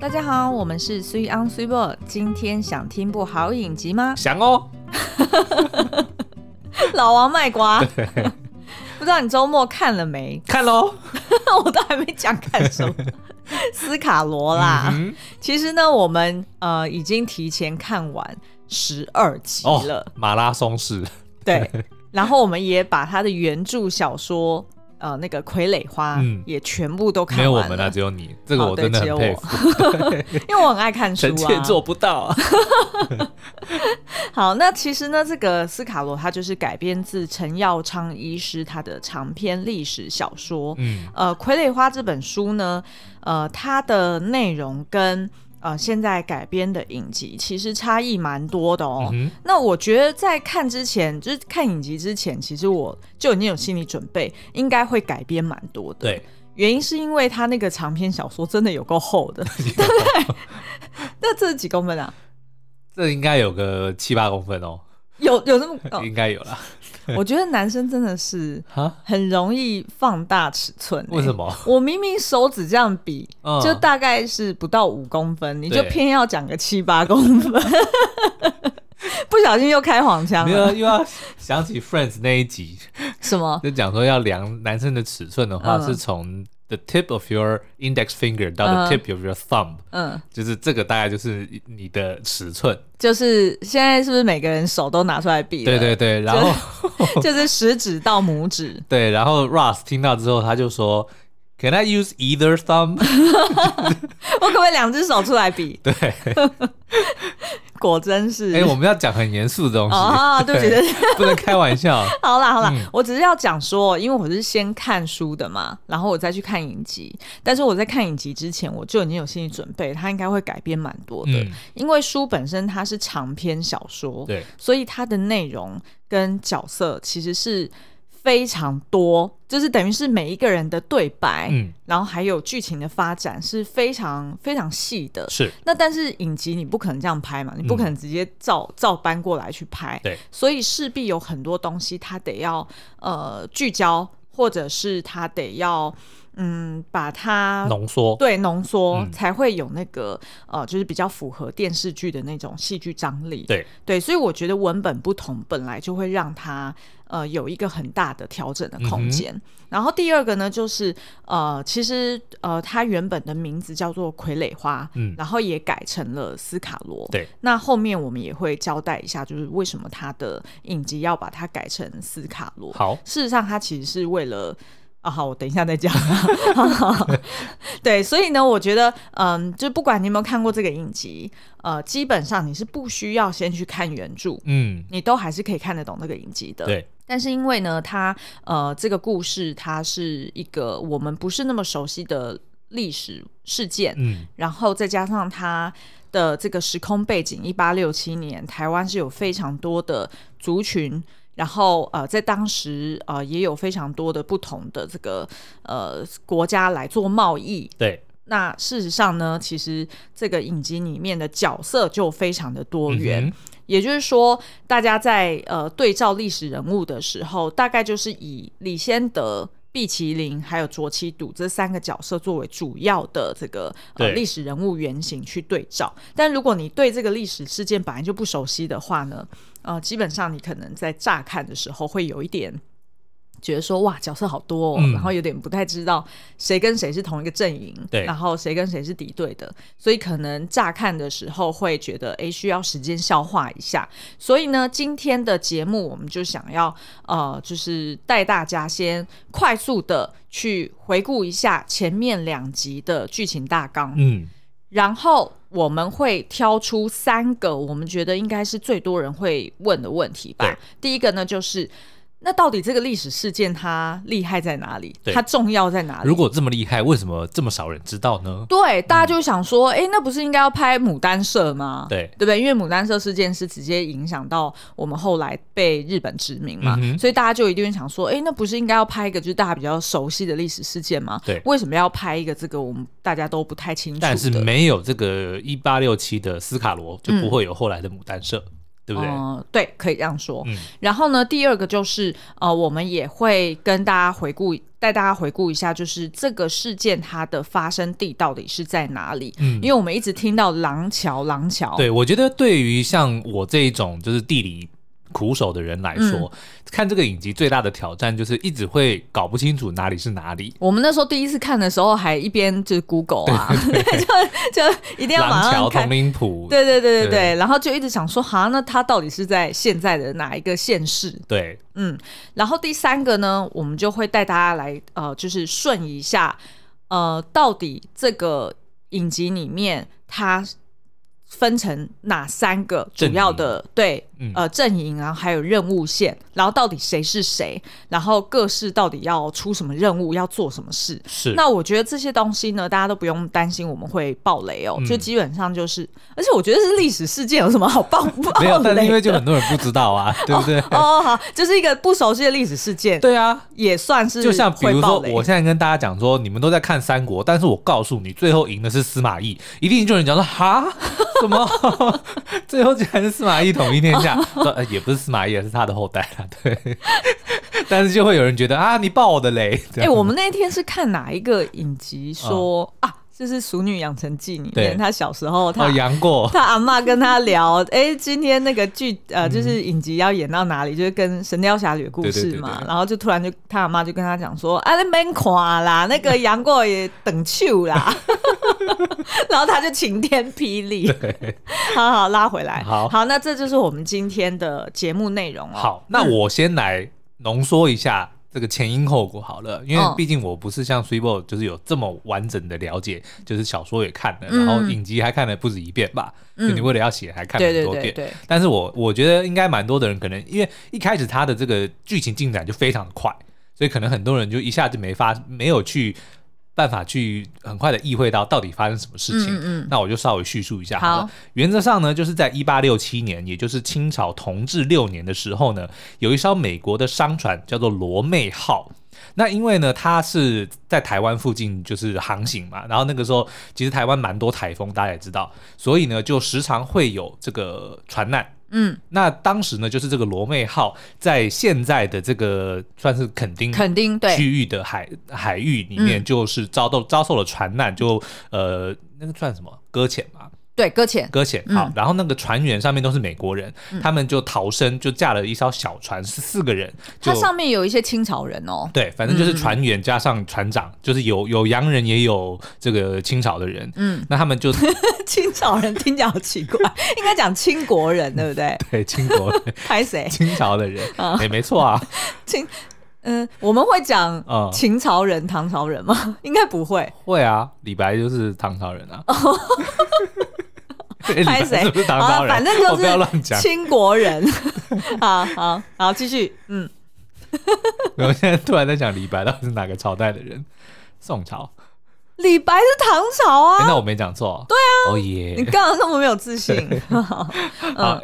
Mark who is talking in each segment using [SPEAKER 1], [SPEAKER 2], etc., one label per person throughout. [SPEAKER 1] 大家好，我们是 Three on Three Board，今天想听部好影集吗？
[SPEAKER 2] 想哦，
[SPEAKER 1] 老王卖瓜， 不知道你周末看了没？
[SPEAKER 2] 看喽。
[SPEAKER 1] 我都还没讲看什么。斯卡罗啦，
[SPEAKER 2] 嗯
[SPEAKER 1] 其实呢，我们呃已经提前看完十二集
[SPEAKER 2] 哼
[SPEAKER 1] 了，
[SPEAKER 2] 哦，马拉松式，
[SPEAKER 1] 对。然后我们也把他的原著小说，呃，那个《傀儡花》
[SPEAKER 2] 嗯
[SPEAKER 1] 也全部都看
[SPEAKER 2] 没
[SPEAKER 1] 完
[SPEAKER 2] 有我
[SPEAKER 1] 了。
[SPEAKER 2] 们啦，只有你，这个
[SPEAKER 1] 哦
[SPEAKER 2] 我
[SPEAKER 1] 对
[SPEAKER 2] 真的
[SPEAKER 1] 只有我
[SPEAKER 2] 很佩服，
[SPEAKER 1] 因为我很爱看书
[SPEAKER 2] 臣妾
[SPEAKER 1] 啊。
[SPEAKER 2] 做不到啊。
[SPEAKER 1] 好，那其实呢，这个斯卡罗他就是改编自陈耀昌医师他的长篇历史小说。
[SPEAKER 2] 嗯，
[SPEAKER 1] 呃，《傀儡花》这本书呢，呃，它的内容跟呃现在改编的影集其实差异蛮多的哦。
[SPEAKER 2] 嗯哼
[SPEAKER 1] 那我觉得在看之前，就是看影集之前，其实我就已经有心理准备，应该会改编蛮多的。
[SPEAKER 2] 对，
[SPEAKER 1] 原因是因为它那个长篇小说真的有够厚 的，对不对？ 那这是几公分啊？
[SPEAKER 2] 这应该有个七八公分哦，
[SPEAKER 1] 有有那 么、哦
[SPEAKER 2] 应该有啦。
[SPEAKER 1] 我觉得男生真的是
[SPEAKER 2] 哈，
[SPEAKER 1] 很容易放大尺寸、欸。
[SPEAKER 2] 为什？么？
[SPEAKER 1] 我明明手指这样比，
[SPEAKER 2] 嗯
[SPEAKER 1] 就大概是不到五公分，你就
[SPEAKER 2] 对
[SPEAKER 1] 偏要讲个七八公分， 不小心又开黄腔
[SPEAKER 2] 没有啊
[SPEAKER 1] 了。
[SPEAKER 2] 又要想起 Friends 那一集，
[SPEAKER 1] 什么？
[SPEAKER 2] 就讲说要量男生的尺寸的话，
[SPEAKER 1] 嗯
[SPEAKER 2] 是从 the tip of your index finger 到 the
[SPEAKER 1] 嗯
[SPEAKER 2] tip of your thumb，
[SPEAKER 1] 嗯，
[SPEAKER 2] 就是这个大概就是你的尺寸。
[SPEAKER 1] 就是现在是不是每个人手都拿出来比？
[SPEAKER 2] 对，对对，然后
[SPEAKER 1] 就是食指到拇指。
[SPEAKER 2] 对，然后 Russ 听到之后，他就说，Can I use either thumb？
[SPEAKER 1] 我可不可以两只手出来比？
[SPEAKER 2] 对，
[SPEAKER 1] 果真是。
[SPEAKER 2] 哎、我们要讲很严肃的东西，
[SPEAKER 1] 哦对不起对不
[SPEAKER 2] 不能开玩笑。
[SPEAKER 1] 好啦好啦，
[SPEAKER 2] 嗯
[SPEAKER 1] 我只是要讲说，因为我是先看书的嘛，然后我再去看影集。但是我在看影集之前，我就已经有心理准备，它应该会改编蛮多的，
[SPEAKER 2] 嗯
[SPEAKER 1] 因为书本身它是长篇小说，
[SPEAKER 2] 对，
[SPEAKER 1] 所以它的内容跟角色其实是非常多，就是等于是每一个人的对白，
[SPEAKER 2] 嗯，
[SPEAKER 1] 然后还有剧情的发展是非常非常细的。
[SPEAKER 2] 是
[SPEAKER 1] 那但是影集你不可能这样拍嘛，你不可能直接照、照搬过来去拍，
[SPEAKER 2] 嗯对，
[SPEAKER 1] 所以势必有很多东西它得要呃聚焦，或者是它得要嗯把它
[SPEAKER 2] 浓缩。
[SPEAKER 1] 对浓缩，
[SPEAKER 2] 嗯
[SPEAKER 1] 才会有那个呃就是比较符合电视剧的那种戏剧张力，
[SPEAKER 2] 对
[SPEAKER 1] 对，所以我觉得文本不同本来就会让它呃有一个很大的调整
[SPEAKER 2] 嗯
[SPEAKER 1] 的空间。然后第二个呢，就是呃，其实呃，它原本的名字叫做《傀儡花》，
[SPEAKER 2] 嗯
[SPEAKER 1] 然后也改成了斯卡罗。
[SPEAKER 2] 对，
[SPEAKER 1] 那后面我们也会交代一下，就是为什么它的影集要把它改成斯卡罗。
[SPEAKER 2] 好，
[SPEAKER 1] 事实上，它其实是为了。啊，好，我等一下再讲。 对，所以呢，我觉得，嗯，就不管你有没有看过这个影集，呃，基本上你是不需要先去看原著，
[SPEAKER 2] 嗯，
[SPEAKER 1] 你都还是可以看得懂那个影集的。
[SPEAKER 2] 对，
[SPEAKER 1] 但是因为呢，它呃这个故事它是一个我们不是那么熟悉的历史事件，
[SPEAKER 2] 嗯，
[SPEAKER 1] 然后再加上它的这个时空背景，一八六七年台湾是有非常多的族群。然后，呃，在当时，呃，也有非常多的不同的这个呃国家来做贸易。
[SPEAKER 2] 对，
[SPEAKER 1] 那事实上呢，其实这个影集里面的角色就非常的多元。
[SPEAKER 2] 嗯哼
[SPEAKER 1] 也就是说，大家在呃对照历史人物的时候，大概就是以李先德、毕麒麟还有卓七度这三个角色作为主要的这个呃
[SPEAKER 2] 对
[SPEAKER 1] 历史人物原型去对照。但如果你对这个历史事件本来就不熟悉的话呢，呃，基本上你可能在乍看的时候会有一点。觉得说哇角色好多、哦，
[SPEAKER 2] 嗯
[SPEAKER 1] 然后有点不太知道谁跟谁是同一个阵营，
[SPEAKER 2] 对
[SPEAKER 1] 然后谁跟谁是敌对的，所以可能乍看的时候会觉得诶需要时间消化一下。所以呢，今天的节目我们就想要呃，就是带大家先快速的去回顾一下前面两集的剧情大纲，
[SPEAKER 2] 嗯，
[SPEAKER 1] 然后我们会挑出三个我们觉得应该是最多人会问的问题吧
[SPEAKER 2] 对。
[SPEAKER 1] 第一个呢，就是那到底这个历史事件它厉害在哪里？
[SPEAKER 2] 对
[SPEAKER 1] 它重要在哪里？
[SPEAKER 2] 如果这么厉害，为什么这么少人知道呢？
[SPEAKER 1] 对，大家就想说，哎、那不是应该要拍牡丹社吗？
[SPEAKER 2] 嗯对
[SPEAKER 1] 对不对？因为牡丹社事件是直接影响到我们后来被日本殖民嘛，
[SPEAKER 2] 嗯哼
[SPEAKER 1] 所以大家就一定会想说，哎，那不是应该要拍一个就是大家比较熟悉的历史事件吗？
[SPEAKER 2] 对
[SPEAKER 1] 为什么要拍一个这个我们大家都不太清楚的？
[SPEAKER 2] 但是没有这个一八六七的斯卡罗，就不会有后来的牡丹社，对不对？
[SPEAKER 1] 嗯，对，可以这样说。
[SPEAKER 2] 嗯
[SPEAKER 1] 然后呢，第二个就是呃，我们也会跟大家回顾带大家回顾一下，就是这个事件它的发生地到底是在哪里？
[SPEAKER 2] 嗯
[SPEAKER 1] 因为我们一直听到廊桥，廊桥，
[SPEAKER 2] 对，我觉得对于像我这一种就是地理苦手的人来说，
[SPEAKER 1] 嗯
[SPEAKER 2] 看这个影集最大的挑战就是一直会搞不清楚哪里是哪里。
[SPEAKER 1] 我们那时候第一次看的时候，还一边就是 Google 啊， 就就一定要马
[SPEAKER 2] 廊桥
[SPEAKER 1] 上看
[SPEAKER 2] 同。林浦，
[SPEAKER 1] 对对对对对，
[SPEAKER 2] 对
[SPEAKER 1] 然后就一直想说，哈，那它到底是在现在的哪一个县市？
[SPEAKER 2] 对
[SPEAKER 1] 嗯，然后第三个呢，我们就会带大家来呃，就是顺一下，呃，到底这个影集里面它分成哪三个主要的对
[SPEAKER 2] 嗯
[SPEAKER 1] 呃阵营，然后还有任务线，然后到底谁是谁，然后各市到底要出什么任务，要做什么事。
[SPEAKER 2] 是。
[SPEAKER 1] 那我觉得这些东西呢，大家都不用担心我们会爆雷哦，
[SPEAKER 2] 嗯
[SPEAKER 1] 就基本上就是，而且我觉得是历史事件，有什么好爆爆
[SPEAKER 2] 没有，但是
[SPEAKER 1] 雷
[SPEAKER 2] 因 为
[SPEAKER 1] 的？
[SPEAKER 2] 就很多人不知 道啊，对不对？
[SPEAKER 1] 哦，好，就是一个不熟悉的历史事件，
[SPEAKER 2] 对啊，
[SPEAKER 1] 也算是
[SPEAKER 2] 就像比
[SPEAKER 1] 会
[SPEAKER 2] 如说，
[SPEAKER 1] 爆雷
[SPEAKER 2] 我现在跟大家讲说，你们都在看三国，但是我告诉你，最后赢的是司马懿，一定就有人讲说哈， 什么？最后竟然是司马懿统一天 下？说呃也不是司马懿，而是他的后代啦，对。 但是就会有人觉得啊，你爆我的雷。
[SPEAKER 1] 哎、
[SPEAKER 2] 哎
[SPEAKER 1] 我们那天是看哪一个影集说、啊，就是《熟女养成记》里面，
[SPEAKER 2] 嗯对
[SPEAKER 1] 她小时候她、
[SPEAKER 2] 哦杨 过，
[SPEAKER 1] 她阿嬷跟她聊，哎、今天那个剧呃，就是影集要演到哪里，就是跟《神雕侠侣》的故
[SPEAKER 2] 对对
[SPEAKER 1] 事
[SPEAKER 2] 对对
[SPEAKER 1] 嘛，
[SPEAKER 2] 对
[SPEAKER 1] 然后就突然就她阿嬷就跟她讲说，啊，你免看啦，那个杨过也等秋啦， 然后她就晴天霹雳，好好拉回来，
[SPEAKER 2] 好
[SPEAKER 1] 好，那这就是我们今天的节目内容哦。
[SPEAKER 2] 好，那我先来浓缩一下这个前因后果好了，因为
[SPEAKER 1] 嗯
[SPEAKER 2] 毕竟我不是像 s u i b o 就是有这么完整的了解，就是小说也看了，然后
[SPEAKER 1] 嗯
[SPEAKER 2] 影集还看了不止一遍吧，就你为了要写还看
[SPEAKER 1] 对
[SPEAKER 2] 了很
[SPEAKER 1] 对
[SPEAKER 2] 多遍。
[SPEAKER 1] 对对，
[SPEAKER 2] 但是我我觉得应该蛮多的人可能因为一开始他的这个剧情进展就非常的快，所以可能很多人就一下就没发没有去办法去很快的意会到到底发生什么事情。
[SPEAKER 1] 嗯嗯
[SPEAKER 2] 那我就稍微叙述一下
[SPEAKER 1] 好
[SPEAKER 2] 了。原则上呢，就是在一八六七年，也就是清朝同治六年的时候呢，有一艘美国的商船叫做罗妹号。那因为呢，它是在台湾附近就是航行嘛，然后那个时候其实台湾蛮多台风，大家也知道，所以呢就时常会有这个船难。
[SPEAKER 1] 嗯。
[SPEAKER 2] 那当时呢，就是这个罗妹号在现在的这个算是垦丁
[SPEAKER 1] 肯定对，嗯
[SPEAKER 2] 区域的海海域里面，就是遭到、遭受了船难，就呃那个算什么搁浅嘛，
[SPEAKER 1] 对，搁浅。
[SPEAKER 2] 搁浅。好，
[SPEAKER 1] 嗯
[SPEAKER 2] 然后那个船员上面都是美国人，他们就逃生，就驾了一艘小船，是四个人，就
[SPEAKER 1] 它上面有一些清朝人 哦，
[SPEAKER 2] 对，反正就是船员加上船长，就是有有洋人也有这个清朝的人，
[SPEAKER 1] 嗯，
[SPEAKER 2] 那他们就
[SPEAKER 1] 清朝人听起来好奇怪，应该讲清国人对不 对？
[SPEAKER 2] 对清 国人
[SPEAKER 1] 拍谁？
[SPEAKER 2] 清朝的人，也、没错啊，
[SPEAKER 1] 清，嗯、我们会讲
[SPEAKER 2] 嗯
[SPEAKER 1] 秦朝人、唐朝人吗？ 应该不会。
[SPEAKER 2] 会啊，李白就是唐朝人啊。
[SPEAKER 1] 哦
[SPEAKER 2] 哎李白
[SPEAKER 1] 拍谁？
[SPEAKER 2] 是不是唐
[SPEAKER 1] 好
[SPEAKER 2] 朝
[SPEAKER 1] 啊
[SPEAKER 2] 人？哦
[SPEAKER 1] 反正
[SPEAKER 2] 我不要
[SPEAKER 1] 就
[SPEAKER 2] 乱
[SPEAKER 1] 是
[SPEAKER 2] 讲。
[SPEAKER 1] 清国 人。好好好，继续。嗯，
[SPEAKER 2] 我现在突然在想李白到底是哪个朝代的人？宋朝。
[SPEAKER 1] 李白是唐朝
[SPEAKER 2] 哎、
[SPEAKER 1] 啊，
[SPEAKER 2] 那我没讲错。对啊。哦
[SPEAKER 1] 你
[SPEAKER 2] 耶。
[SPEAKER 1] 干嘛那么没有自 信？嗯
[SPEAKER 2] 好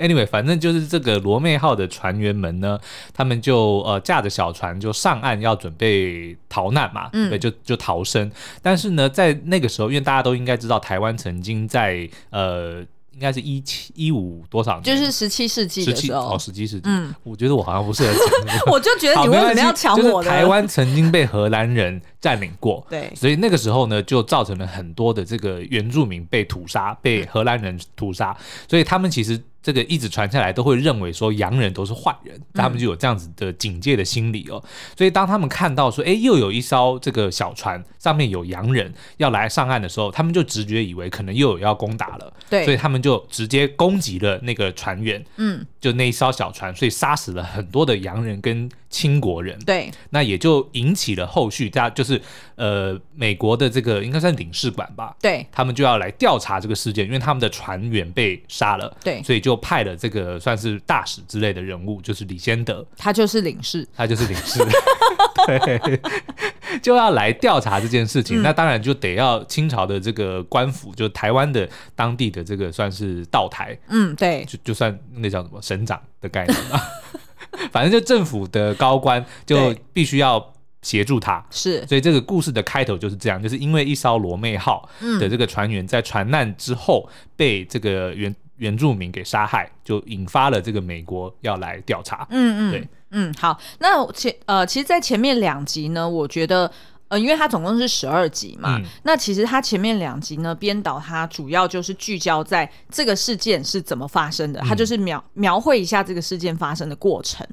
[SPEAKER 2] ，Anyway，反正就是这个罗妹号的船员们呢，他们就呃驾着小船就上岸要准备逃难嘛，
[SPEAKER 1] 嗯
[SPEAKER 2] 对，就就逃生。但是呢，在那个时候，因为大家都应该知道，台湾曾经在呃。应该是一七一五多少 年？
[SPEAKER 1] 就是十七世纪
[SPEAKER 2] 十
[SPEAKER 1] 的
[SPEAKER 2] 七
[SPEAKER 1] 时
[SPEAKER 2] 哦，
[SPEAKER 1] 候，
[SPEAKER 2] 十七哦世纪。
[SPEAKER 1] 嗯
[SPEAKER 2] 我觉得我好像不适合讲这个。
[SPEAKER 1] 我就觉得
[SPEAKER 2] 好，
[SPEAKER 1] 你
[SPEAKER 2] 没
[SPEAKER 1] 为
[SPEAKER 2] 关
[SPEAKER 1] 什么
[SPEAKER 2] 系
[SPEAKER 1] 要抢
[SPEAKER 2] 就是
[SPEAKER 1] 我的？，
[SPEAKER 2] 台湾曾经被荷兰人占领过
[SPEAKER 1] 对
[SPEAKER 2] 所以那个时候呢，就造成了很多的这个原住民被屠杀，被荷兰人屠杀，所以他们其实这个一直传下来都会认为说洋人都是坏人，他们就有这样子的警戒的心理哦。所以当他们看到说，哎，又有一艘这个小船上面有洋人要来上岸的时候，他们就直觉以为可能又有要攻打了，所以
[SPEAKER 1] 对，
[SPEAKER 2] 他们就直接攻击了那个船员，
[SPEAKER 1] 嗯，
[SPEAKER 2] 就那一艘小船，所以杀死了很多的洋人跟清国人。
[SPEAKER 1] 对，
[SPEAKER 2] 那也就引起了后续，大家就是呃，美国的这个应该算领事馆吧，
[SPEAKER 1] 对，
[SPEAKER 2] 他们就要来调查这个事件，因为他们的船员被杀了，
[SPEAKER 1] 对
[SPEAKER 2] 所以就派了这个算是大使之类的人物，就是李先德，
[SPEAKER 1] 他就是领事。
[SPEAKER 2] 他就是领事， 对，就要来调查这件事
[SPEAKER 1] 嗯
[SPEAKER 2] 情。那当然就得要清朝的这个官府，就台湾的当地的这个算是道台，
[SPEAKER 1] 嗯，对，
[SPEAKER 2] 就就算那个叫什么省长的概念 吧，反正就政府的高官就
[SPEAKER 1] 对
[SPEAKER 2] 必须要协助他。
[SPEAKER 1] 是，
[SPEAKER 2] 所以这个故事的开头就是这样，就是因为一艘罗妹号
[SPEAKER 1] 嗯
[SPEAKER 2] 的这个船员在船难之后被这个原原住民给杀害，就引发了这个美国要来调查。
[SPEAKER 1] 嗯嗯，
[SPEAKER 2] 对
[SPEAKER 1] 嗯，好，那前呃，其实，在前面两集呢，我觉得。呃，因为它总共是十二集嘛，
[SPEAKER 2] 嗯
[SPEAKER 1] 那其实它前面两集呢，编导他主要就是聚焦在这个事件是怎么发生的，他就是描描绘一下这个事件发生的过程，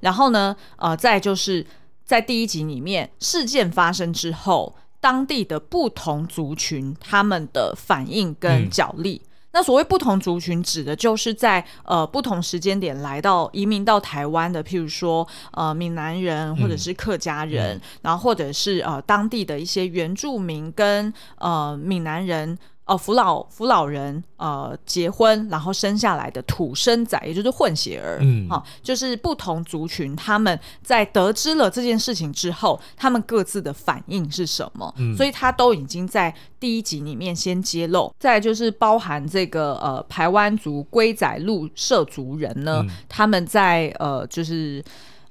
[SPEAKER 1] 然后呢，呃，再就是在第一集里面，事件发生之后，当地的不同族群他们的反应跟
[SPEAKER 2] 嗯
[SPEAKER 1] 角力。那所谓不同族群，指的就是在呃不同时间点来到移民到台湾的，譬如说呃闽南人或者是客家
[SPEAKER 2] 嗯
[SPEAKER 1] 人，然后或者是呃当地的一些原住民跟呃闽南人。哦，扶老扶老人，呃，结婚然后生下来的土生仔，也就是混血儿，
[SPEAKER 2] 嗯
[SPEAKER 1] 好、就是不同族群他们在得知了这件事情之后，他们各自的反应是什么？所以他都已经在第一集里面先揭露。再来就是包含这个呃台湾族龟仔路社族人呢，他们在呃就是。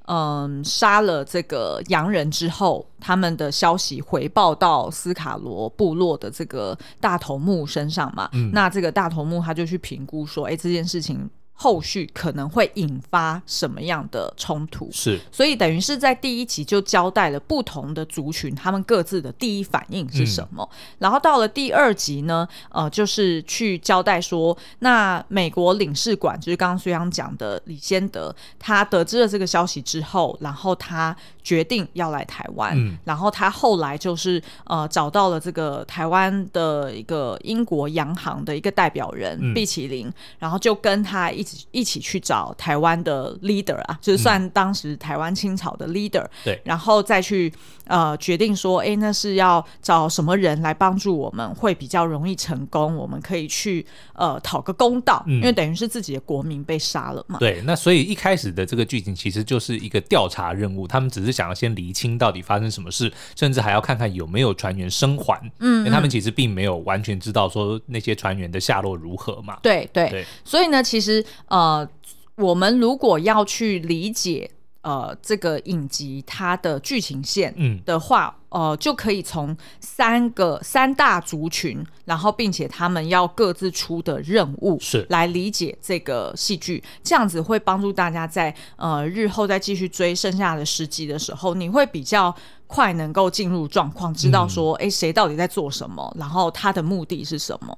[SPEAKER 1] 嗯，杀了这个洋人之后，他们的消息回报到斯卡罗部落的这个大头目身上嘛。那这个大头目他就去评估说，哎、这件事情后续可能会引发什么样的冲突？
[SPEAKER 2] 是，
[SPEAKER 1] 所以等于是在第一集就交代了不同的族群他们各自的第一反应是什么，然后到了第二集呢，呃，就是去交代说，那美国领事馆就是刚刚苏阳讲的李先德，他得知了这个消息之后，然后他决定要来台湾，
[SPEAKER 2] 嗯
[SPEAKER 1] 然后他后来就是呃找到了这个台湾的一个英国洋行的一个代表人、
[SPEAKER 2] 嗯
[SPEAKER 1] 毕启林，然后就跟他一起一起去找台湾的 leader 啊，就是算当时台湾清朝的 leader，、
[SPEAKER 2] 嗯对
[SPEAKER 1] 然后再去呃决定说，哎，那是要找什么人来帮助我们会比较容易成功，我们可以去呃讨个公道，
[SPEAKER 2] 嗯
[SPEAKER 1] 因为等于是自己的国民被杀了嘛，
[SPEAKER 2] 对，那所以一开始的这个剧情其实就是一个调查任务，他们只是想要先厘清到底发生什么事，甚至还要看看有没有船员生还。嗯，因为他们其实并没有完全知道说那些船员的下落如何嘛。
[SPEAKER 1] 对对
[SPEAKER 2] 对
[SPEAKER 1] 所以呢，其实呃，我们如果要去理解呃这个影集它的剧情线
[SPEAKER 2] 嗯
[SPEAKER 1] 的话，呃，就可以从三个三大族群，然后并且他们要各自出的任务
[SPEAKER 2] 是
[SPEAKER 1] 来理解这个戏剧，这样子会帮助大家在呃日后再继续追剩下的十集的时候，你会比较。快能够进入状况，知道说，
[SPEAKER 2] 嗯
[SPEAKER 1] 诶谁到底在做什么，然后他的目的是什么。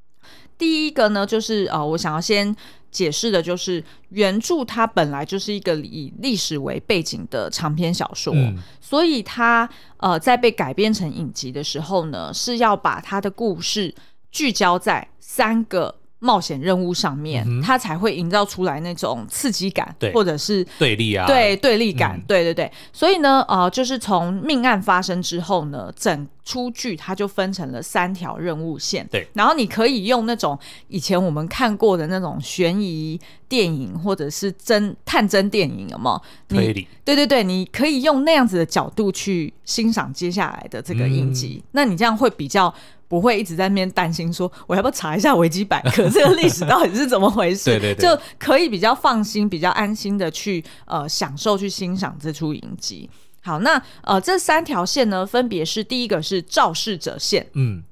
[SPEAKER 1] 第一个呢，就是呃，我想要先解释的，就是原著它本来就是一个以历史为背景的长篇小说，
[SPEAKER 2] 嗯
[SPEAKER 1] 所以它呃在被改编成影集的时候呢，是要把它的故事聚焦在三个。冒险任务上面，它才会营造出来那种刺激感，
[SPEAKER 2] 嗯对
[SPEAKER 1] 或者是
[SPEAKER 2] 对立啊，
[SPEAKER 1] 对对立感，
[SPEAKER 2] 嗯
[SPEAKER 1] 对对对。所以呢，呃，就是从命案发生之后呢，整出剧它就分成了三条任务线。
[SPEAKER 2] 对
[SPEAKER 1] 然后你可以用那种以前我们看过的那种悬疑电影或者是侦探侦电影，有没有？你
[SPEAKER 2] 推理，
[SPEAKER 1] 对对对，你可以用那样子的角度去欣赏接下来的这个影集，
[SPEAKER 2] 嗯
[SPEAKER 1] 那你这样会比较。不会一直在那边担心说，我要不要查一下维基百科这个历史到底是怎么回事？
[SPEAKER 2] 对对对
[SPEAKER 1] 就可以比较放心、比较安心的去呃享受、去欣赏这出影集。好，那呃这三条线呢，分别是第一个是肇事者线，
[SPEAKER 2] 嗯，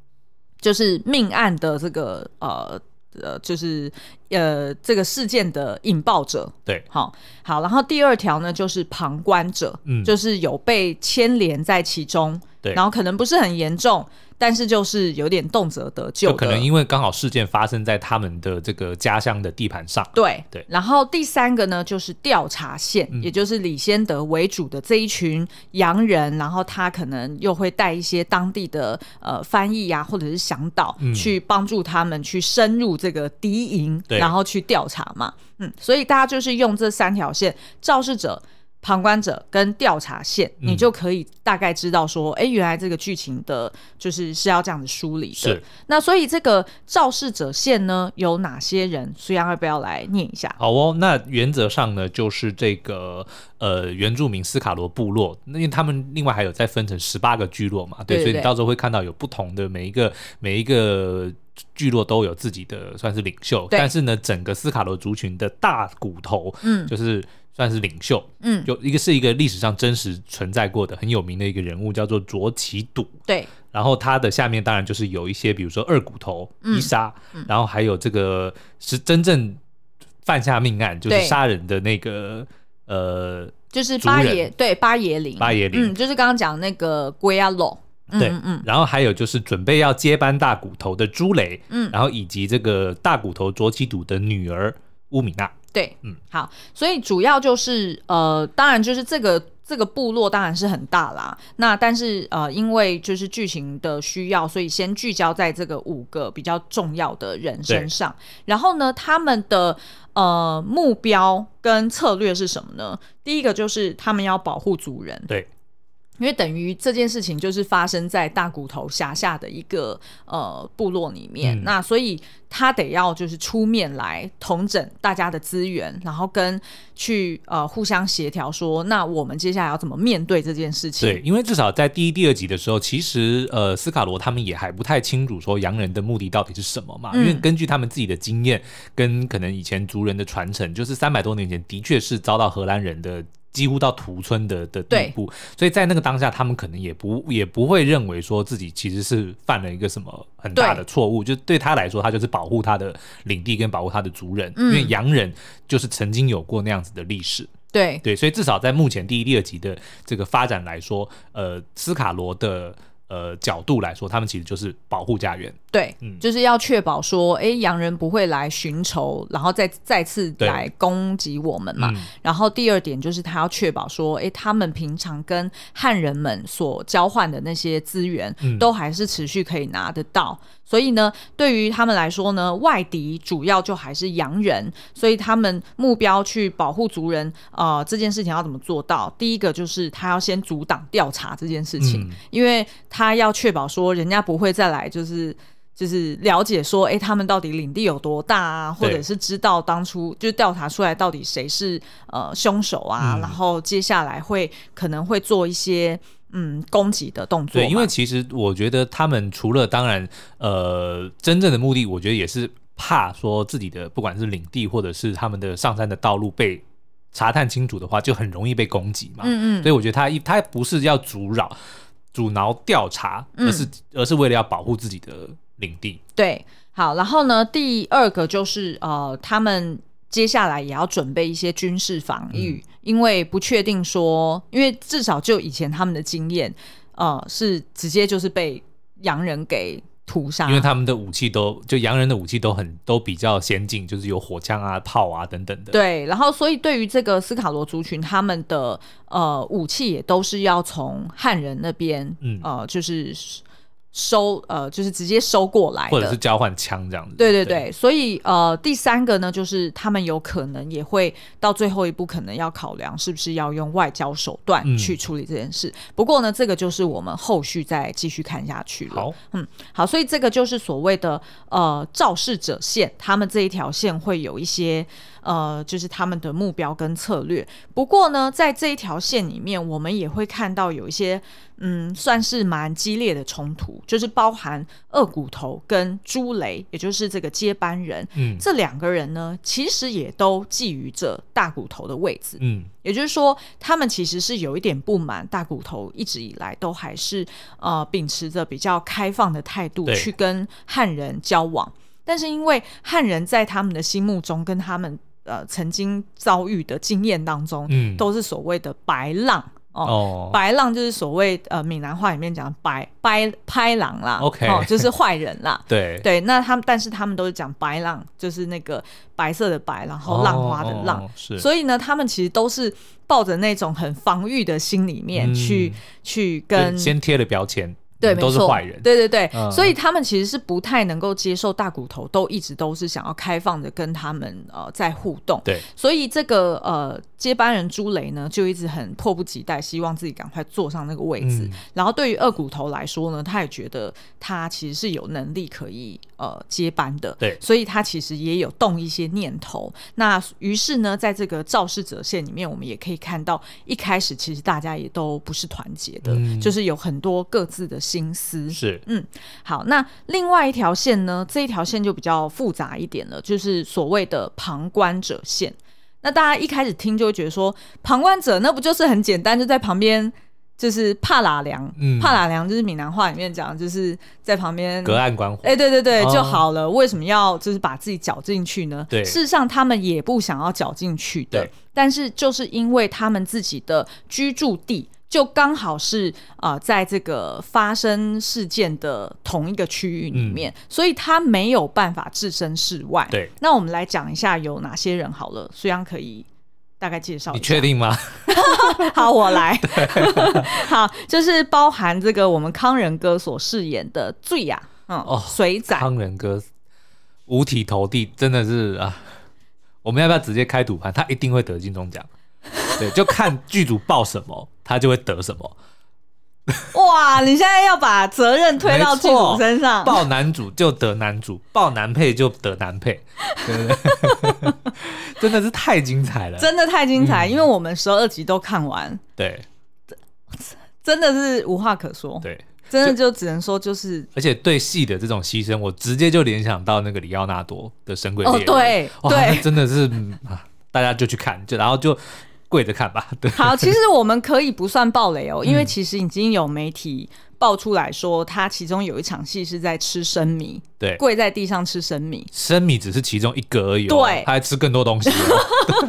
[SPEAKER 1] 就是命案的这个呃呃，就是呃这个事件的引爆者，
[SPEAKER 2] 对，
[SPEAKER 1] 好好，然后第二条呢，就是旁观者，
[SPEAKER 2] 嗯
[SPEAKER 1] 就是有被牵连在其中，
[SPEAKER 2] 对
[SPEAKER 1] 然后可能不是很严重，但是就是有点动辄得咎
[SPEAKER 2] 就
[SPEAKER 1] 的，
[SPEAKER 2] 可能因为刚好事件发生在他们的这个家乡的地盘上。
[SPEAKER 1] 对
[SPEAKER 2] 对嗯
[SPEAKER 1] 然后第三个呢，就是调查线，也就是李先德为主的这一群洋人，然后他可能又会带一些当地的呃翻译啊，或者是向导、
[SPEAKER 2] 嗯
[SPEAKER 1] 去帮助他们去深入这个敌营，
[SPEAKER 2] 对
[SPEAKER 1] 然后去调查嘛。嗯，所以大家就是用这三条线，肇事者。旁观者跟调查线，
[SPEAKER 2] 嗯
[SPEAKER 1] 你就可以大概知道说，哎、原来这个剧情的，就是是要这样子梳理的。
[SPEAKER 2] 是，
[SPEAKER 1] 那所以这个肇事者线呢，有哪些人？苏阳要不要来念一下？
[SPEAKER 2] 好哦，那原则上呢，就是这个呃原住民斯卡罗部落，那因为他们另外还有再分成十八个聚落嘛，
[SPEAKER 1] 对
[SPEAKER 2] 对，
[SPEAKER 1] 对
[SPEAKER 2] 所以
[SPEAKER 1] 对
[SPEAKER 2] 你到时候会看到有不同的每一个每一个。聚落都有自己的算是领袖，
[SPEAKER 1] 对
[SPEAKER 2] 但是呢，整个斯卡罗族群的大骨头，
[SPEAKER 1] 嗯
[SPEAKER 2] 就是算是领袖，
[SPEAKER 1] 嗯
[SPEAKER 2] 就一个是一个历史上真实存在过的很有名的一个人物，叫做卓奇笃，
[SPEAKER 1] 对，
[SPEAKER 2] 然后它的下面当然就是有一些，比如说二骨头、
[SPEAKER 1] 嗯
[SPEAKER 2] 伊莎，然后还有这个是真正犯下命案，就是
[SPEAKER 1] 对
[SPEAKER 2] 杀人的那个呃
[SPEAKER 1] 就是
[SPEAKER 2] 族
[SPEAKER 1] 八
[SPEAKER 2] 人
[SPEAKER 1] 爷对八爷岭，
[SPEAKER 2] 八爷岭
[SPEAKER 1] 嗯，就是刚刚讲那个龟阿龙，嗯
[SPEAKER 2] 对
[SPEAKER 1] 嗯嗯，
[SPEAKER 2] 然后还有就是准备要接班大骨头的朱雷，
[SPEAKER 1] 嗯
[SPEAKER 2] 然后以及这个大骨头卓七堵的女儿乌米娜，
[SPEAKER 1] 对，
[SPEAKER 2] 嗯
[SPEAKER 1] 嗯，好，所以主要就是呃，当然就是这个这个部落当然是很大啦，那但是呃，因为就是剧情的需要，所以先聚焦在这个五个比较重要的人身上，然后呢，他们的呃目标跟策略是什么呢？第一个就是他们要保护族人，
[SPEAKER 2] 对，
[SPEAKER 1] 因为等于这件事情就是发生在大骨头辖下的一个呃部落里面，
[SPEAKER 2] 嗯
[SPEAKER 1] 那所以他得要就是出面来统整大家的资源，然后跟去呃互相协调说，那我们接下来要怎么面对这件事情？
[SPEAKER 2] 对，因为至少在第一、第二集的时候，其实呃，斯卡罗他们也还不太清楚说洋人的目的到底是什么嘛。
[SPEAKER 1] 嗯
[SPEAKER 2] 因为根据他们自己的经验，跟可能以前族人的传承，就是三百多年前的确是遭到荷兰人的。几乎到屠村的的地
[SPEAKER 1] 对
[SPEAKER 2] 步，所以在那个当下，他们可能也不也不会认为说自己其实是犯了一个什么很大
[SPEAKER 1] 对
[SPEAKER 2] 的错误，就对他来说，他就是保护他的领地跟保护他的族人，因为
[SPEAKER 1] 嗯
[SPEAKER 2] 洋人就是曾经有过那样子的历史。
[SPEAKER 1] 对
[SPEAKER 2] 对，所以至少在目前第一、第二集的这个发展来说，呃，斯卡罗的呃角度来说，他们其实就是保护家园，
[SPEAKER 1] 对，
[SPEAKER 2] 嗯
[SPEAKER 1] 就是要确保说，哎，洋人不会来寻仇，然后再再次
[SPEAKER 2] 对
[SPEAKER 1] 来攻击我们嘛。
[SPEAKER 2] 嗯
[SPEAKER 1] 然后第二点就是他要确保说，哎，他们平常跟汉人们所交换的那些资源，
[SPEAKER 2] 嗯
[SPEAKER 1] 都还是持续可以拿得到。所以呢，对于他们来说呢，外敌主要就还是洋人，所以他们目标去保护族人，呃，这件事情要怎么做到？第一个就是他要先阻挡调查这件事情，
[SPEAKER 2] 嗯
[SPEAKER 1] 因为他要确保说人家不会再来，就是。就是了解说，哎、他们到底领地有多大啊？或
[SPEAKER 2] 对
[SPEAKER 1] 者是知道当初就是调查出来到底谁是呃凶手啊？
[SPEAKER 2] 嗯
[SPEAKER 1] 然后接下来会可能会做一些嗯攻击的动作嘛。
[SPEAKER 2] 对，因为其实我觉得他们除了当然，呃，真正的目的，我觉得也是怕说自己的不管是领地或者是他们的上山的道路被查探清楚的话，就很容易被攻击嘛。
[SPEAKER 1] 嗯嗯
[SPEAKER 2] 所以我觉得他一他不是要阻扰、阻挠调查，而
[SPEAKER 1] 嗯
[SPEAKER 2] 是、而是为了要保护自己的领地。
[SPEAKER 1] 对，好，然后呢，第二个就是呃，他们接下来也要准备一些军事防御，
[SPEAKER 2] 嗯
[SPEAKER 1] 因为不确定说，因为至少就以前他们的经验，呃，是直接就是被洋人给屠杀，
[SPEAKER 2] 因为他们的武器都就洋人的武器都很都比较先进，就是有火枪啊、炮啊等等的。，
[SPEAKER 1] 对，然后所以对于这个斯卡罗族群，他们的呃武器也都是要从汉人那边，
[SPEAKER 2] 嗯
[SPEAKER 1] 呃，就是收呃，就是直接收过来的，
[SPEAKER 2] 或者是交换枪这样子。
[SPEAKER 1] 对对对，所以呃，第三个呢，就是他们有可能也会到最后一步，可能要考量是不是要用外交手段
[SPEAKER 2] 嗯
[SPEAKER 1] 去处理这件事。不过呢，这个就是我们后续再继续看下去了。
[SPEAKER 2] 好，
[SPEAKER 1] 好，所以这个就是所谓的呃肇事者线，他们这一条线会有一些呃，就是他们的目标跟策略。不过呢，在这一条线里面，我们也会看到有一些嗯，算是蛮激烈的冲突，就是包含二骨头跟朱雷，也就是这个接班人。
[SPEAKER 2] 嗯
[SPEAKER 1] 这两个人呢，其实也都觊觎着大骨头的位置，
[SPEAKER 2] 嗯，
[SPEAKER 1] 也就是说，他们其实是有一点不满大骨头一直以来都还是呃秉持着比较开放的态度
[SPEAKER 2] 对
[SPEAKER 1] 去跟汉人交往，但是因为汉人在他们的心目中跟他们呃曾经遭遇的经验当中，
[SPEAKER 2] 嗯
[SPEAKER 1] 都是所谓的白浪哦。
[SPEAKER 2] 哦，
[SPEAKER 1] 白浪就是所谓呃闽南话里面讲的白白拍狼啦
[SPEAKER 2] OK
[SPEAKER 1] 哦， 就是坏人啦。
[SPEAKER 2] 对
[SPEAKER 1] 对，那他们但是他们都是讲白浪，就是那个白色的白，然后浪花的浪。
[SPEAKER 2] 哦哦是，
[SPEAKER 1] 所以呢，他们其实都是抱着那种很防御的心里面
[SPEAKER 2] 嗯
[SPEAKER 1] 去、去
[SPEAKER 2] 就
[SPEAKER 1] 跟
[SPEAKER 2] 先贴了标签，
[SPEAKER 1] 对，
[SPEAKER 2] 你都
[SPEAKER 1] 没
[SPEAKER 2] 是
[SPEAKER 1] 错
[SPEAKER 2] 坏人。
[SPEAKER 1] 对对对，
[SPEAKER 2] 嗯
[SPEAKER 1] 所以他们其实是不太能够接受大骨头都一直都是想要开放的跟他们呃在互动。
[SPEAKER 2] 对，
[SPEAKER 1] 所以这个呃接班人朱雷呢，就一直很迫不及待，希望自己赶快坐上那个位置。
[SPEAKER 2] 嗯
[SPEAKER 1] 然后对于二骨头来说呢，他也觉得他其实是有能力可以呃接班的，
[SPEAKER 2] 对
[SPEAKER 1] 所以他其实也有动一些念头。那于是呢，在这个肇事者线里面，我们也可以看到，一开始其实大家也都不是团结的，
[SPEAKER 2] 嗯
[SPEAKER 1] 就是有很多各自的心思。
[SPEAKER 2] 是，
[SPEAKER 1] 好，那另外一条线呢？这一条线就比较复杂一点了，就是所谓的旁观者线。那大家一开始听就会觉得说，旁观者那不就是很简单，就在旁边。就是帕拉良，
[SPEAKER 2] 嗯
[SPEAKER 1] 帕拉良就是闽南话里面讲，就是在旁边
[SPEAKER 2] 隔岸观火。
[SPEAKER 1] 哎、对对对，
[SPEAKER 2] 哦
[SPEAKER 1] 就好了。为什么要就是把自己搅进去呢？
[SPEAKER 2] 对
[SPEAKER 1] 事实上他们也不想要搅进去的
[SPEAKER 2] 对，
[SPEAKER 1] 但是就是因为他们自己的居住地就刚好是呃，在这个发生事件的同一个区域里面，所以他没有办法置身事外。
[SPEAKER 2] 嗯对，
[SPEAKER 1] 那我们来讲一下有哪些人好了，虽然可以大概介绍一下。
[SPEAKER 2] 你 确定吗？
[SPEAKER 1] 好，我 来。好，就是包含这个我们康仁哥所饰演的醉呀、嗯，
[SPEAKER 2] 哦
[SPEAKER 1] 水仔，
[SPEAKER 2] 康仁哥五体投地，真的是啊！我们要不要直接开赌盘？他一定会得金钟奖。对，就看剧组报什么，他就会得什么。
[SPEAKER 1] 哇，你现在要把责任推到剧组身上，
[SPEAKER 2] 报男主就得男 主，报男配就得男配，对不对？真的是太精彩了。
[SPEAKER 1] 真的太精
[SPEAKER 2] 嗯
[SPEAKER 1] 彩，因为我们十二集都看完，
[SPEAKER 2] 对
[SPEAKER 1] 真的是无话可说，
[SPEAKER 2] 对，
[SPEAKER 1] 真的就只能说就是
[SPEAKER 2] 而且对戏的这种牺牲，我直接就联想到那个里奥纳多的《神鬼
[SPEAKER 1] 哦
[SPEAKER 2] 猎，人》。
[SPEAKER 1] 对
[SPEAKER 2] 哇，那
[SPEAKER 1] 对。
[SPEAKER 2] 真的是、嗯啊，大家就去看，就然后就跪着看吧。 对，
[SPEAKER 1] 好，其实我们可以不算暴雷
[SPEAKER 2] 嗯
[SPEAKER 1] 哦，因为其实已经有媒体爆出来说，他其中有一场戏是在吃生米，
[SPEAKER 2] 对
[SPEAKER 1] 跪在地上吃生米。
[SPEAKER 2] 生米只是其中一个而已、哦，
[SPEAKER 1] 对
[SPEAKER 2] 他还吃更多东西哦、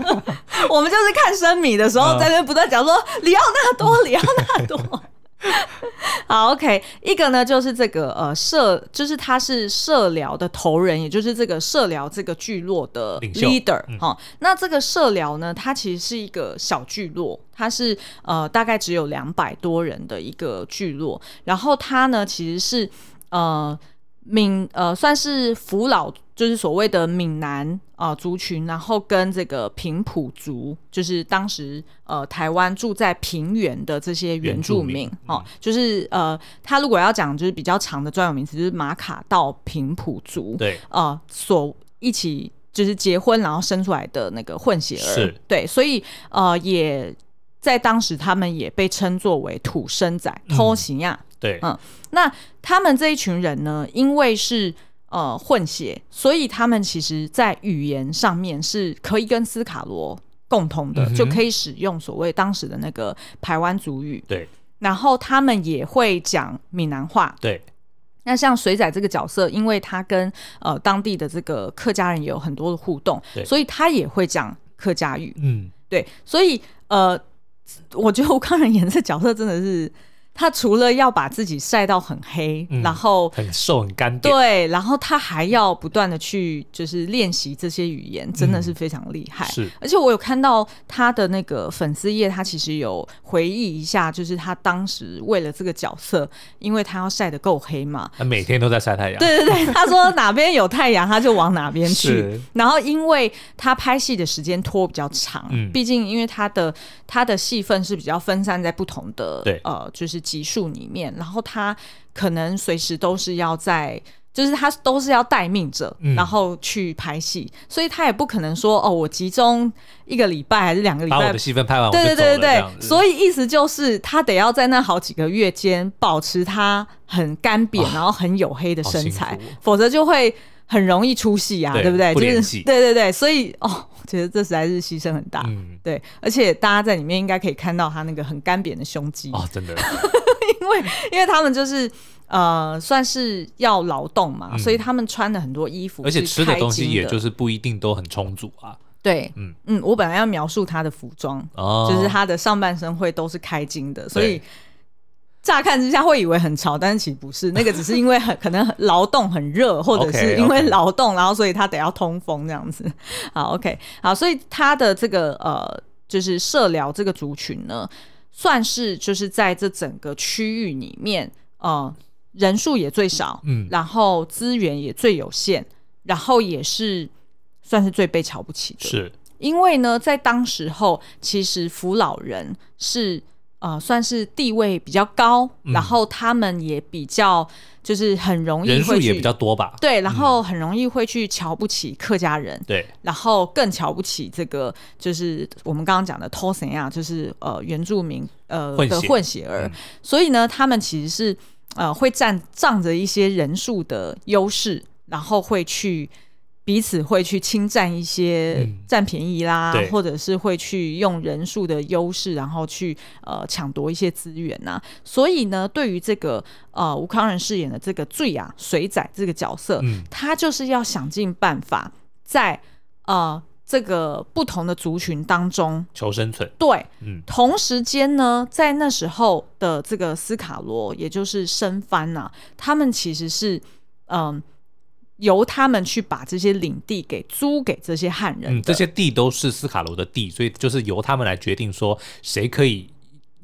[SPEAKER 1] 我们就是看生米的时候，
[SPEAKER 2] 嗯
[SPEAKER 1] 在那边不断讲说里奥纳多，里奥纳多。 好，OK，一个呢就是这个呃社，就是他是社寮的头人，也就是这个社寮这个聚落的
[SPEAKER 2] 领袖嗯
[SPEAKER 1] leader 哈、那这个社寮呢，它其实是一个小聚落，它是呃大概只有两百多人的一个聚落，然后它呢其实是呃闽呃算是福老，就是所谓的闽南啊、呃族群，然后跟这个平埔族，就是当时呃台湾住在平原的这些原住民
[SPEAKER 2] 原住民嗯
[SPEAKER 1] 哦，就是呃他如果要讲就是比较长的专有名词，就是马卡道平埔族，
[SPEAKER 2] 对，
[SPEAKER 1] 呃所一起就是结婚然后生出来的那个混血儿，
[SPEAKER 2] 是
[SPEAKER 1] 对，所以呃也在当时他们也被称作为土生仔、
[SPEAKER 2] 嗯
[SPEAKER 1] 偷行亚。
[SPEAKER 2] 对，
[SPEAKER 1] 嗯那他们这一群人呢，因为是呃混血，所以他们其实在语言上面是可以跟斯卡罗共同的，
[SPEAKER 2] 嗯哼
[SPEAKER 1] 就可以使用所谓当时的那个台湾族语。
[SPEAKER 2] 对，
[SPEAKER 1] 然后他们也会讲闽南话。
[SPEAKER 2] 对，
[SPEAKER 1] 那像水仔这个角色，因为他跟呃当地的这个客家人也有很多的互动
[SPEAKER 2] 对，
[SPEAKER 1] 所以他也会讲客家语。
[SPEAKER 2] 嗯，
[SPEAKER 1] 对，所以呃，我觉得吴康仁演这角色真的是，他除了要把自己晒到很黑，
[SPEAKER 2] 嗯
[SPEAKER 1] 然后
[SPEAKER 2] 很瘦很干点，
[SPEAKER 1] 对，然后他还要不断的去就是练习这些语言，真的是非常厉害。
[SPEAKER 2] 嗯是
[SPEAKER 1] 而且我有看到他的那个粉丝页，他其实有回忆一下，就是他当时为了这个角色，因为他要晒得够黑嘛，
[SPEAKER 2] 他每天都在晒太阳，
[SPEAKER 1] 对对对，他说哪边有太阳，他就往哪边去
[SPEAKER 2] 是。
[SPEAKER 1] 然后因为他拍戏的时间拖比较长，
[SPEAKER 2] 嗯
[SPEAKER 1] 毕竟因为他的他的戏份是比较分散在不同的
[SPEAKER 2] 对
[SPEAKER 1] 呃就是集数里面，然后他可能随时都是要在。就是他都是要待命者，
[SPEAKER 2] 嗯
[SPEAKER 1] 然后去拍戏，所以他也不可能说哦，我集中一个礼拜还是两个礼
[SPEAKER 2] 把我
[SPEAKER 1] 拜
[SPEAKER 2] 的戏份拍完，我就
[SPEAKER 1] 对对
[SPEAKER 2] 走了
[SPEAKER 1] 对
[SPEAKER 2] 这
[SPEAKER 1] 对
[SPEAKER 2] 样，嗯子
[SPEAKER 1] 所以意思就是他得要在那好几个月间保持他很干瘪，然后很黝黑的身
[SPEAKER 2] 啊好
[SPEAKER 1] 材
[SPEAKER 2] 辛苦哦，
[SPEAKER 1] 否则就会很容易出戏啊，
[SPEAKER 2] 对
[SPEAKER 1] 对不对？
[SPEAKER 2] 不
[SPEAKER 1] 就
[SPEAKER 2] 联
[SPEAKER 1] 是
[SPEAKER 2] 系
[SPEAKER 1] 对对对，所以哦，我觉得这实在是牺牲很大。
[SPEAKER 2] 嗯，
[SPEAKER 1] 对，而且大家在里面应该可以看到他那个很干瘪的胸肌，
[SPEAKER 2] 哦，真的，
[SPEAKER 1] 因为因为他们就是呃算是要劳动嘛，
[SPEAKER 2] 嗯
[SPEAKER 1] 所以他们穿的很多衣服，
[SPEAKER 2] 而且吃的东西也就是是不一定都很充足啊，
[SPEAKER 1] 对，嗯
[SPEAKER 2] 嗯
[SPEAKER 1] 嗯，我本来要描述他的服装，
[SPEAKER 2] 哦，
[SPEAKER 1] 就是他的上半身会都是开襟的，所以乍看之下会以为很潮，但是其实不是，那个只是因为很可能很劳动很热，或者是
[SPEAKER 2] OK，OK
[SPEAKER 1] 因为劳动，然后所以他得要通风这样子。好，OK，好，所以他的这个呃，就是社聊这个族群呢，算是就是在这整个区域里面，呃，人数也最少，
[SPEAKER 2] 嗯
[SPEAKER 1] 然后资源也最有限，然后也是算是最被瞧不起的，
[SPEAKER 2] 是
[SPEAKER 1] 因为呢，在当时候，其实扶老人是呃算是地位比较高，
[SPEAKER 2] 嗯
[SPEAKER 1] 然后他们也比较就是很容易
[SPEAKER 2] 人数
[SPEAKER 1] 会去
[SPEAKER 2] 也比较嗯多吧，
[SPEAKER 1] 对，然后很容易会去瞧不起客家人，
[SPEAKER 2] 对
[SPEAKER 1] 然后更瞧不起这个就是我们刚刚讲的偷神呀，就是呃原住民呃
[SPEAKER 2] 混血
[SPEAKER 1] 的混血儿，
[SPEAKER 2] 嗯
[SPEAKER 1] 所以呢，他们其实是呃会占仗着一些人数的优势，然后会去彼此会去侵占一些
[SPEAKER 2] 嗯
[SPEAKER 1] 占便宜啦，
[SPEAKER 2] 对
[SPEAKER 1] 或者是会去用人数的优势，然后去呃抢夺一些资源呐、所以呢，对于这个呃吴康仁饰演的这个醉啊水仔这个角色，
[SPEAKER 2] 嗯
[SPEAKER 1] 他就是要想尽办法在呃这个不同的族群当中，
[SPEAKER 2] 求生存，
[SPEAKER 1] 对
[SPEAKER 2] 嗯
[SPEAKER 1] 同时间呢，在那时候的这个斯卡罗，也就是生番呐、他们其实是嗯。由他们去把这些领地给租给这些汉人的、
[SPEAKER 2] 嗯，这些地都是斯卡罗的地，所以就是由他们来决定说谁可以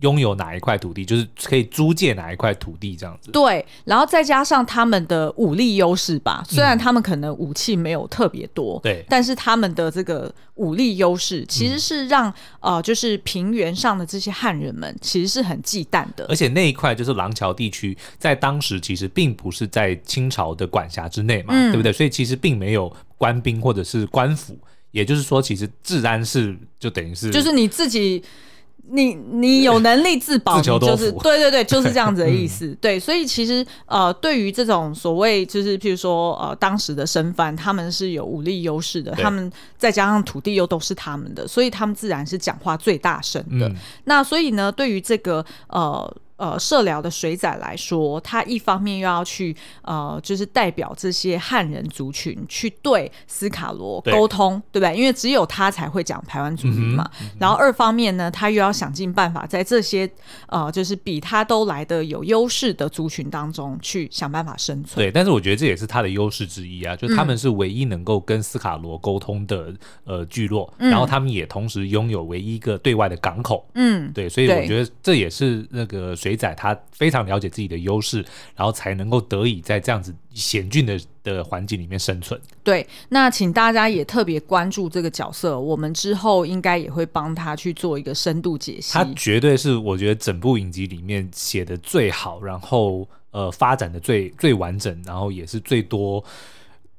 [SPEAKER 2] 拥有哪一块土地，就是可以租借哪一块土地这样子。
[SPEAKER 1] 对，然后再加上他们的武力优势吧，虽
[SPEAKER 2] 嗯
[SPEAKER 1] 然他们可能武器没有特别多，
[SPEAKER 2] 对
[SPEAKER 1] 但是他们的这个武力优
[SPEAKER 2] 嗯
[SPEAKER 1] 势其实是让、呃，就是平原上的这些汉人们其实是很忌惮的
[SPEAKER 2] 而，且那一块就是廊桥地区，在当时其实并不是在清朝的管辖之内嘛，
[SPEAKER 1] 嗯
[SPEAKER 2] 对不对？所以其实并没有官兵或者是官府，也就是说，其实治安是就等于是
[SPEAKER 1] 就是你自己。你你有能力自保，
[SPEAKER 2] 自求
[SPEAKER 1] 你
[SPEAKER 2] 多
[SPEAKER 1] 就是
[SPEAKER 2] 福嗯
[SPEAKER 1] 对对对，就是这样 子的意思。对，所以其实呃，对于这种所谓就是譬如说呃，当时的生番，他们是有武力优势的，
[SPEAKER 2] 对
[SPEAKER 1] 他们再加上土地又都是他们的，所以他们自然是讲话最大声的。
[SPEAKER 2] 嗯
[SPEAKER 1] 那所以呢，对于这个呃。呃，社寮的水仔来说，他一方面又要去呃，就是代表这些汉人族群去对斯卡罗
[SPEAKER 2] 对嗯
[SPEAKER 1] 沟通，对不对？因为只有他才会讲台湾族语嘛。然后二方面呢，他又要想尽办法在这些呃，就是比他都来的有优势的族群当中去想办法生存。
[SPEAKER 2] 对，但是我觉得这也是他的优势之一啊，就
[SPEAKER 1] 嗯
[SPEAKER 2] 他们是唯一能够跟斯卡罗沟通的呃聚落，然后他们也同时拥有唯一一个对外的港口。
[SPEAKER 1] 嗯，
[SPEAKER 2] 对，所以
[SPEAKER 1] 对
[SPEAKER 2] 我觉得这也是那个水仔他非常了解自己的优势，然后才能够得以在这样子险峻的的环境里面生存。
[SPEAKER 1] 对，那请大家也特别关注这个角色，我们之后应该也会帮他去做一个深度解析。
[SPEAKER 2] 他绝对是我觉得整部影集里面写的最好，然后呃发展的最最完整，然后也是最多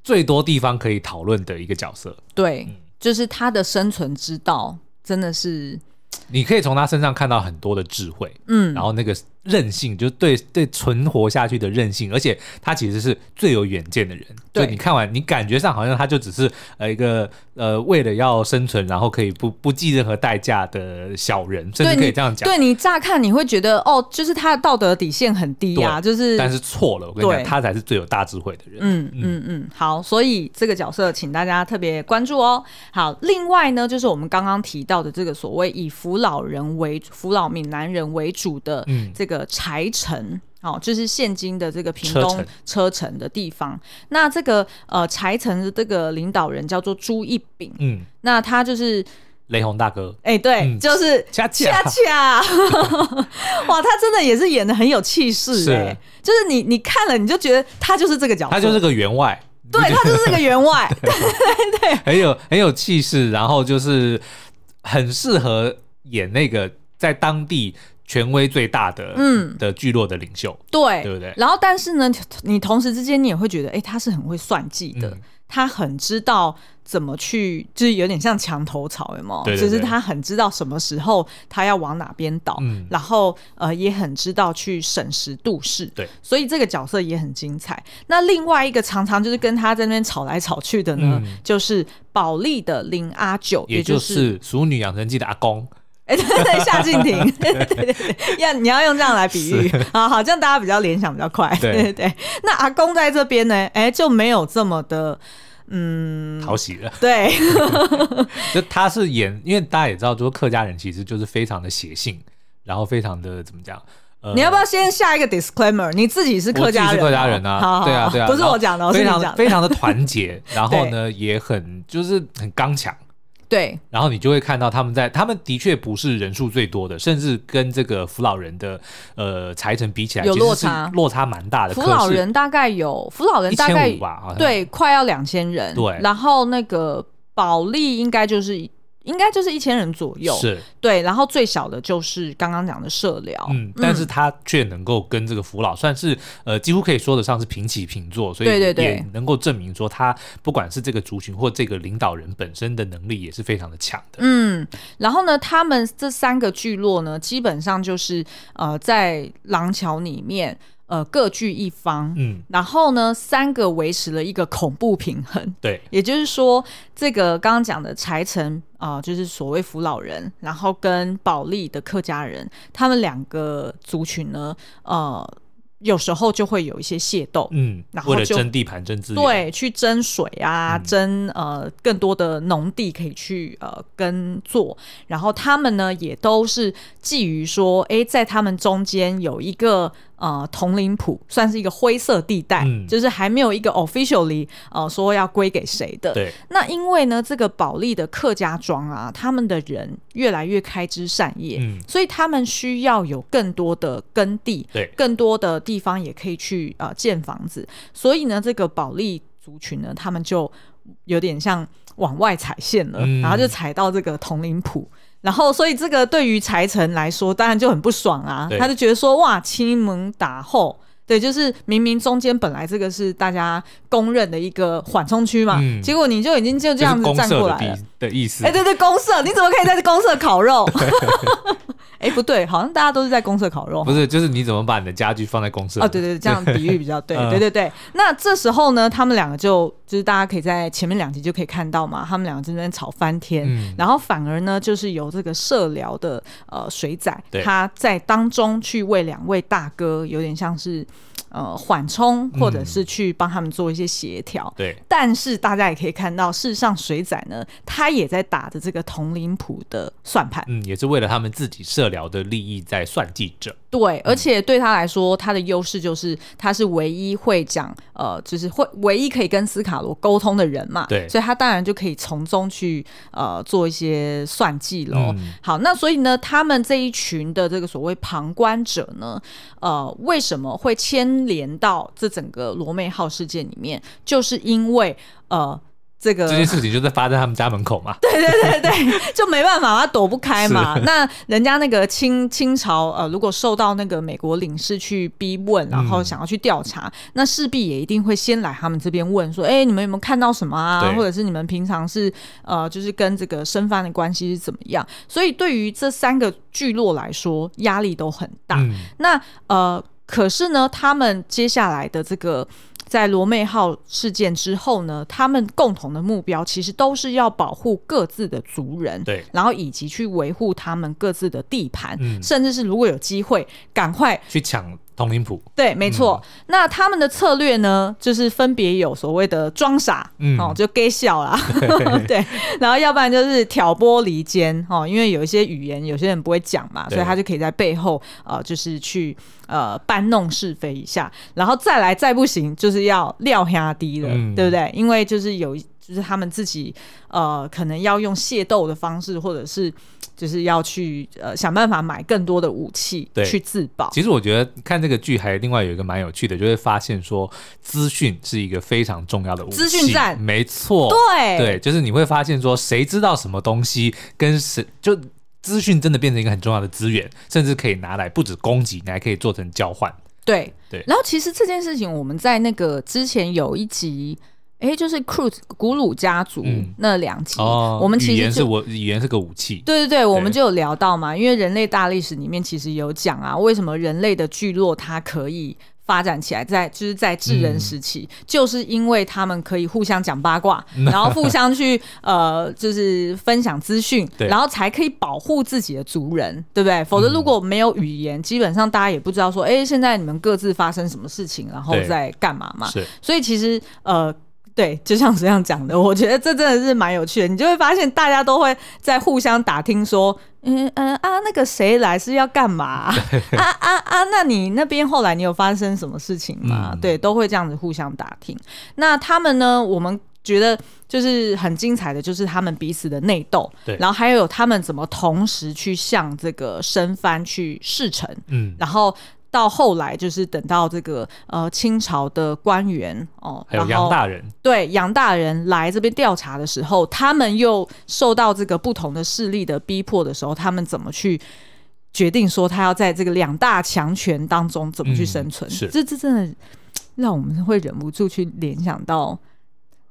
[SPEAKER 2] 最多地方可以讨论的一个角色。
[SPEAKER 1] 对，就是他的生存之道真的是，
[SPEAKER 2] 你可以从他身上看到很多的智慧，
[SPEAKER 1] 嗯
[SPEAKER 2] 然后那个韧性，就是对对存活下去的韧性，而且他其实是最有远见的人。
[SPEAKER 1] 对
[SPEAKER 2] 就你看完，你感觉上好像他就只是呃一个呃为了要生存，然后可以不不计任何代价的小人，甚
[SPEAKER 1] 对
[SPEAKER 2] 至
[SPEAKER 1] 你
[SPEAKER 2] 可以这样讲。
[SPEAKER 1] 对你乍看你会觉得哦，就是他的道德底线很低呀、
[SPEAKER 2] 对
[SPEAKER 1] 就是，
[SPEAKER 2] 但是错了，我跟你
[SPEAKER 1] 对
[SPEAKER 2] 讲，他才是最有大智慧的人。
[SPEAKER 1] 嗯嗯嗯，好，所以这个角色请大家特别关注哦。好，另外呢，就是我们刚刚提到的这个所谓以扶老人为扶老闽南人为主的
[SPEAKER 2] 嗯
[SPEAKER 1] 这个柴城。哦，就是现今的这个屏
[SPEAKER 2] 车
[SPEAKER 1] 东
[SPEAKER 2] 城
[SPEAKER 1] 车城的地方。那这个呃柴城的这个领导人叫做朱一炳，
[SPEAKER 2] 嗯，
[SPEAKER 1] 那他就是
[SPEAKER 2] 雷洪大哥，
[SPEAKER 1] 哎、对，
[SPEAKER 2] 嗯
[SPEAKER 1] 就是
[SPEAKER 2] 恰
[SPEAKER 1] 恰
[SPEAKER 2] 恰
[SPEAKER 1] 恰， 哇，他真的也是演的很有气势
[SPEAKER 2] 是
[SPEAKER 1] 哎、就是你你看了你就觉得他就是这个角色，
[SPEAKER 2] 他就是个员外，
[SPEAKER 1] 对他就是这个员外，
[SPEAKER 2] 很有很有气势，然后就是很适合演那个在当地权威最大的
[SPEAKER 1] 嗯哎
[SPEAKER 2] 的聚落的领袖，
[SPEAKER 1] 对
[SPEAKER 2] 对不对
[SPEAKER 1] 然后但是呢，你同时之间你也会觉得，哎、他是很会算计的，
[SPEAKER 2] 嗯
[SPEAKER 1] 他很知道怎么去，就是有点像墙头草，有没有？
[SPEAKER 2] 对对对
[SPEAKER 1] 就是他很知道什么时候他要往哪边倒，
[SPEAKER 2] 嗯
[SPEAKER 1] 然后呃也很知道去审时度势。
[SPEAKER 2] 对，
[SPEAKER 1] 所以这个角色也很精彩。那另外一个常常就是跟他在那边吵来吵去的呢，
[SPEAKER 2] 嗯
[SPEAKER 1] 就是保利的林阿九，
[SPEAKER 2] 也就
[SPEAKER 1] 就是
[SPEAKER 2] 是《熟女养成记》的阿公。
[SPEAKER 1] 哎、对对对，夏静婷， 对对对，要你要用这样来比喻啊，好，这样大家比较联想比较快，
[SPEAKER 2] 对
[SPEAKER 1] 对对对。那阿公在这边呢，哎、就没有这么的，嗯，
[SPEAKER 2] 讨喜了，
[SPEAKER 1] 对
[SPEAKER 2] 就他是演，因为大家也知道，就是客家人其实就是非常的写性，然后非常的怎么讲，呃，
[SPEAKER 1] 你要不要先下一个 disclaimer？你自己是客家人哦、
[SPEAKER 2] 我自己是客家人
[SPEAKER 1] 好好
[SPEAKER 2] 啊，
[SPEAKER 1] 好
[SPEAKER 2] 对啊对啊，
[SPEAKER 1] 不是
[SPEAKER 2] 然后
[SPEAKER 1] 我讲的，我是
[SPEAKER 2] 非
[SPEAKER 1] 你
[SPEAKER 2] 常
[SPEAKER 1] 讲的，
[SPEAKER 2] 非常的团结，然后呢 也很就是很刚强，
[SPEAKER 1] 对
[SPEAKER 2] 然后你就会看到他们在，他们的确不是人数最多的，甚至跟这个扶老人的呃财神比起来，
[SPEAKER 1] 有
[SPEAKER 2] 其实
[SPEAKER 1] 落
[SPEAKER 2] 是
[SPEAKER 1] 差
[SPEAKER 2] 落差蛮大的。
[SPEAKER 1] 扶老人大概有扶老人
[SPEAKER 2] 一
[SPEAKER 1] 大概
[SPEAKER 2] 千五吧，好像，
[SPEAKER 1] 对快要两千人，
[SPEAKER 2] 对
[SPEAKER 1] 然后那个保利应该就是应该就是一千人左右，
[SPEAKER 2] 是
[SPEAKER 1] 对，然后最小的就是刚刚讲的社聊，
[SPEAKER 2] 嗯，但是他却能够跟这个扶老算是呃几乎可以说得上是平起平坐，所以
[SPEAKER 1] 对对对
[SPEAKER 2] 也能够证明说他不管是这个族群或这个领导人本身的能力也是非常的强的。
[SPEAKER 1] 嗯，然后呢，他们这三个聚落呢，基本上就是呃，在廊桥里面。呃各据一方，
[SPEAKER 2] 嗯，
[SPEAKER 1] 然后呢三个维持了一个恐怖平衡。
[SPEAKER 2] 对，
[SPEAKER 1] 也就是说，这个刚刚讲的柴城啊、呃就是所谓扶老人，然后跟保利的客家人，他们两个族群呢，呃，有时候就会有一些械斗，
[SPEAKER 2] 嗯
[SPEAKER 1] 然，后
[SPEAKER 2] 为了
[SPEAKER 1] 就
[SPEAKER 2] 争地盘、争资源，
[SPEAKER 1] 对，去争水啊，
[SPEAKER 2] 嗯
[SPEAKER 1] 争呃更多的农地可以去呃耕作，然后他们呢也都是基于说，诶，在他们中间有一个呃铜陵谱，算是一个灰色地带，
[SPEAKER 2] 嗯
[SPEAKER 1] 就是还没有一个 officially 呃说要归给谁的。
[SPEAKER 2] 对，
[SPEAKER 1] 那因为呢，这个保利的客家庄啊，他们的人越来越开枝散叶，
[SPEAKER 2] 嗯，
[SPEAKER 1] 所以他们需要有更多的耕地，
[SPEAKER 2] 对
[SPEAKER 1] 更多的地方也可以去呃建房子。所以呢，这个保利族群呢，他们就有点像往外踩线了，
[SPEAKER 2] 嗯
[SPEAKER 1] 然后就踩到这个铜陵埔。然后，所以这个对于柴城来说，当然就很不爽啊
[SPEAKER 2] 对。
[SPEAKER 1] 他就觉得说，哇，欺门打后，对，就是明明中间本来这个是大家公认的一个缓冲区嘛，
[SPEAKER 2] 嗯
[SPEAKER 1] 结果你就已经就这
[SPEAKER 2] 这
[SPEAKER 1] 样
[SPEAKER 2] 是
[SPEAKER 1] 子
[SPEAKER 2] 公
[SPEAKER 1] 站过
[SPEAKER 2] 社的
[SPEAKER 1] 来了
[SPEAKER 2] 地。的意思
[SPEAKER 1] 哎、，对对，公社，你怎么可以在公社烤 肉？ 哎、不对，好像大家都是在公社烤肉。
[SPEAKER 2] 不是，就是你怎么把你的家具放在公社？
[SPEAKER 1] 哦，对对，对这样比喻比较 对，
[SPEAKER 2] 嗯
[SPEAKER 1] 对对对。那这时候呢，他们两个就就是大家可以在前面两集就可以看到嘛，他们两个这边吵翻天，
[SPEAKER 2] 嗯
[SPEAKER 1] 然后反而呢，就是由这个社聊的呃水仔
[SPEAKER 2] 对，
[SPEAKER 1] 他在当中去为两位大哥有点像是呃缓冲，
[SPEAKER 2] 嗯
[SPEAKER 1] 或者是去帮他们做一些协调。
[SPEAKER 2] 对，
[SPEAKER 1] 但是大家也可以看到，事实上水仔呢，他也在打着这个铜陵谱的算盘，
[SPEAKER 2] 嗯，也是为了他们自己社聊的利益在算计着，
[SPEAKER 1] 对，
[SPEAKER 2] 嗯
[SPEAKER 1] 而且对他来说，他的优势就是他是唯一会讲，呃，就是会唯一可以跟斯卡罗沟通的人嘛，
[SPEAKER 2] 对
[SPEAKER 1] 所以他当然就可以从中去呃做一些算计喽。
[SPEAKER 2] 嗯
[SPEAKER 1] 好，那所以呢，他们这一群的这个所谓旁观者呢，呃，为什么会牵连到这整个罗妹号事件里面？就是因为呃。这个
[SPEAKER 2] 这件事情就在发在他们家门口嘛。对，
[SPEAKER 1] 就没办法，他躲不开嘛
[SPEAKER 2] 是。
[SPEAKER 1] 那人家那个清清朝呃，如果受到那个美国领事去逼问，然后想要去调查，那势必也一定会先来他们这边问说，哎、你们有没有看到什么啊
[SPEAKER 2] 对？
[SPEAKER 1] 或者是你们平常是呃，就是跟这个生番的关系是怎么样？所以对于这三个聚落来说，压力都很大。
[SPEAKER 2] 嗯，
[SPEAKER 1] 那呃，可是呢，他们接下来的这个在罗妹号事件之后呢，他们共同的目标其实都是要保护各自的族人，
[SPEAKER 2] 对，
[SPEAKER 1] 然后以及去维护他们各自的地盘，
[SPEAKER 2] 嗯
[SPEAKER 1] 甚至是如果有机会，赶快
[SPEAKER 2] 去抢铜陵谱，
[SPEAKER 1] 对，没错。
[SPEAKER 2] 嗯
[SPEAKER 1] 那他们的策略呢，就是分别有所谓的装傻，
[SPEAKER 2] 嗯
[SPEAKER 1] 哦，就 gay 笑 啦，对，然后要不然就是挑拨离间，哦，因为有一些语言有些人不会讲嘛，
[SPEAKER 2] 对
[SPEAKER 1] 所以他就可以在背后呃，就是去呃搬弄是非一下，然后再来再不行就是要撂下低了，
[SPEAKER 2] 嗯
[SPEAKER 1] 对不对？因为就是有一就是他们自己呃，可能要用械斗的方式，或者是就是要去呃想办法买更多的武器
[SPEAKER 2] 对
[SPEAKER 1] 去自保。
[SPEAKER 2] 其实我觉得看这个剧还另外有一个蛮有趣的，就会发现说资讯是一个非常重要的武器。
[SPEAKER 1] 资讯战
[SPEAKER 2] 没错，
[SPEAKER 1] 对
[SPEAKER 2] 就是你会发现说谁知道什么东西，跟谁就资讯真的变成一个很重要的资源，甚至可以拿来不止供给，你还可以做成交换。
[SPEAKER 1] 对
[SPEAKER 2] 对
[SPEAKER 1] 然后其实这件事情，我们在那个之前有一集，诶，就是 Cruz 古鲁家族
[SPEAKER 2] 嗯
[SPEAKER 1] 那两集，
[SPEAKER 2] 哦，
[SPEAKER 1] 我们其
[SPEAKER 2] 语
[SPEAKER 1] 实
[SPEAKER 2] 言是
[SPEAKER 1] 就。
[SPEAKER 2] 我语言是个武器。
[SPEAKER 1] 对对对，我们就有聊到嘛，因为人类大历史里面其实有讲啊，为什么人类的聚落它可以发展起来在，就是在智人时期，
[SPEAKER 2] 嗯
[SPEAKER 1] 就是因为他们可以互相讲八 卦，然后互相去呃，就是分享资讯，
[SPEAKER 2] 对嗯
[SPEAKER 1] 然后才可以保护自己的族人，对不对？否则如果没有语言，基本上大家也不知道说，哎，现在你们各自发生什么事情，然后
[SPEAKER 2] 对
[SPEAKER 1] 在干嘛嘛。
[SPEAKER 2] 是，
[SPEAKER 1] 所以其实呃。对，就像这样讲的，我觉得这真的是蛮有趣的。你就会发现，大家都会在互相打听说，嗯嗯啊，那个谁来是要干嘛啊啊啊啊？那你那边后来你有发生什么事情吗？
[SPEAKER 2] 嗯
[SPEAKER 1] 对，都会这样子互相打听。那他们呢？我们觉得就是很精彩的，就是他们彼此的内斗，
[SPEAKER 2] 对
[SPEAKER 1] 然后还有他们怎么同时去向这个生番去事成，
[SPEAKER 2] 嗯，
[SPEAKER 1] 然后到后来就是等到这个呃清朝的官员哦，
[SPEAKER 2] 还有
[SPEAKER 1] 然后
[SPEAKER 2] 杨大人，
[SPEAKER 1] 对杨大人来这边调查的时候，他们又受到这个不同的势力的逼迫的时候，他们怎么去？决定说他要在这个两大强权当中怎么去生存，
[SPEAKER 2] 嗯嗯是
[SPEAKER 1] 这这真的让我们会忍不住去联想到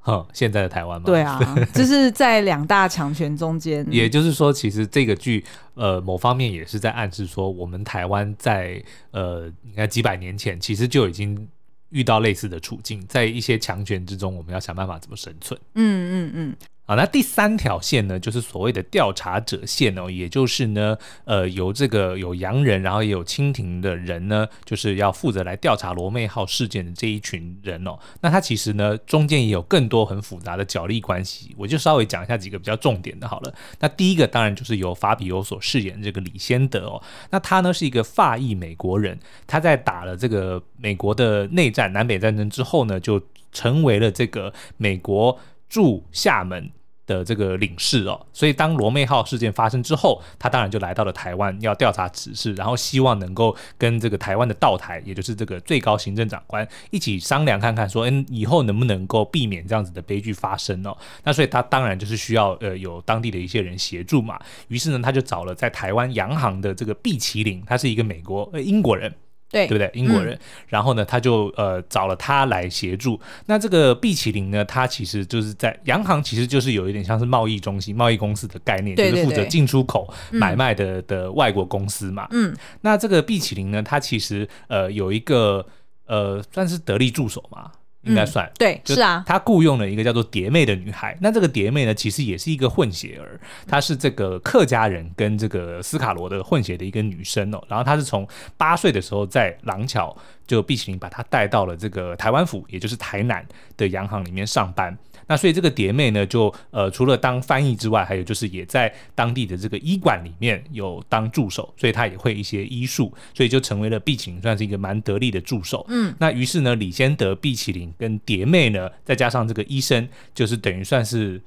[SPEAKER 2] 哼，现在的台湾吗？
[SPEAKER 1] 对，啊，就是在两大强权中间，
[SPEAKER 2] 也就是说，其实这个剧呃某方面也是在暗示说，我们台湾在呃应该几百年前其实就已经遇到类似的处境，在一些强权之中，我们要想办法怎么生存。
[SPEAKER 1] 嗯嗯嗯，
[SPEAKER 2] 好，那第三条线呢，就是所谓的调查者线哦，也就是呢，呃，由这个有洋人，然后也有清廷的人呢，就是要负责来调查罗妹号事件的这一群人哦。那他其实呢，中间也有更多很复杂的角力关系，我就稍微讲一下几个比较重点的好了。那第一个当然就是由法比欧所饰演这个李先德哦，那他呢是一个法裔美国人，他在打了这个美国的内战南北战争之后呢，就成为了这个美国驻厦门的这个领事哦，所以当罗妹号事件发生之后，他当然就来到了台湾，要调查此事，然后希望能够跟这个台湾的道台，也就是这个最高行政长官一起商量看看说，嗯，以后能不能够避免这样子的悲剧发生哦。那所以他当然就是需要呃有当地的一些人协助嘛。于是呢，他就找了在台湾洋行的这个毕麒麟，他是一个美国呃英国人，
[SPEAKER 1] 对嗯
[SPEAKER 2] 对不对？英国人，然后呢，他就呃找了他来协助。那这个毕麒麟呢，它其实就是在洋行，其实就是有一点像是贸易中心、贸易公司的概念，
[SPEAKER 1] 对对
[SPEAKER 2] 就是负责
[SPEAKER 1] 对
[SPEAKER 2] 进出口买卖的、的外国公司嘛。
[SPEAKER 1] 嗯，
[SPEAKER 2] 那这个毕麒麟呢，它其实呃有一个呃算是得力助手嘛，应该
[SPEAKER 1] 嗯
[SPEAKER 2] 算。
[SPEAKER 1] 对，
[SPEAKER 2] 就是
[SPEAKER 1] 啊，
[SPEAKER 2] 他雇佣了一个叫做蝶妹的女孩。那这个蝶妹呢，其实也是一个混血儿，她是这个客家人跟这个斯卡罗的混血的一个女生哦。然后她是从八岁的时候在廊桥，就毕启林把她带到了这个台湾府，也就是台南的洋行里面上班。那所以这个蝶妹呢，就呃除了当翻译之外，还有就是也在当地的这个医馆里面有当助手，所以她也会一些医术，所以就成为了毕启林算是一个蛮得力的助手。
[SPEAKER 1] 嗯，
[SPEAKER 2] 那于是呢，李先德、毕麒麟跟蝶妹呢，再加上这个医生，就是等于算是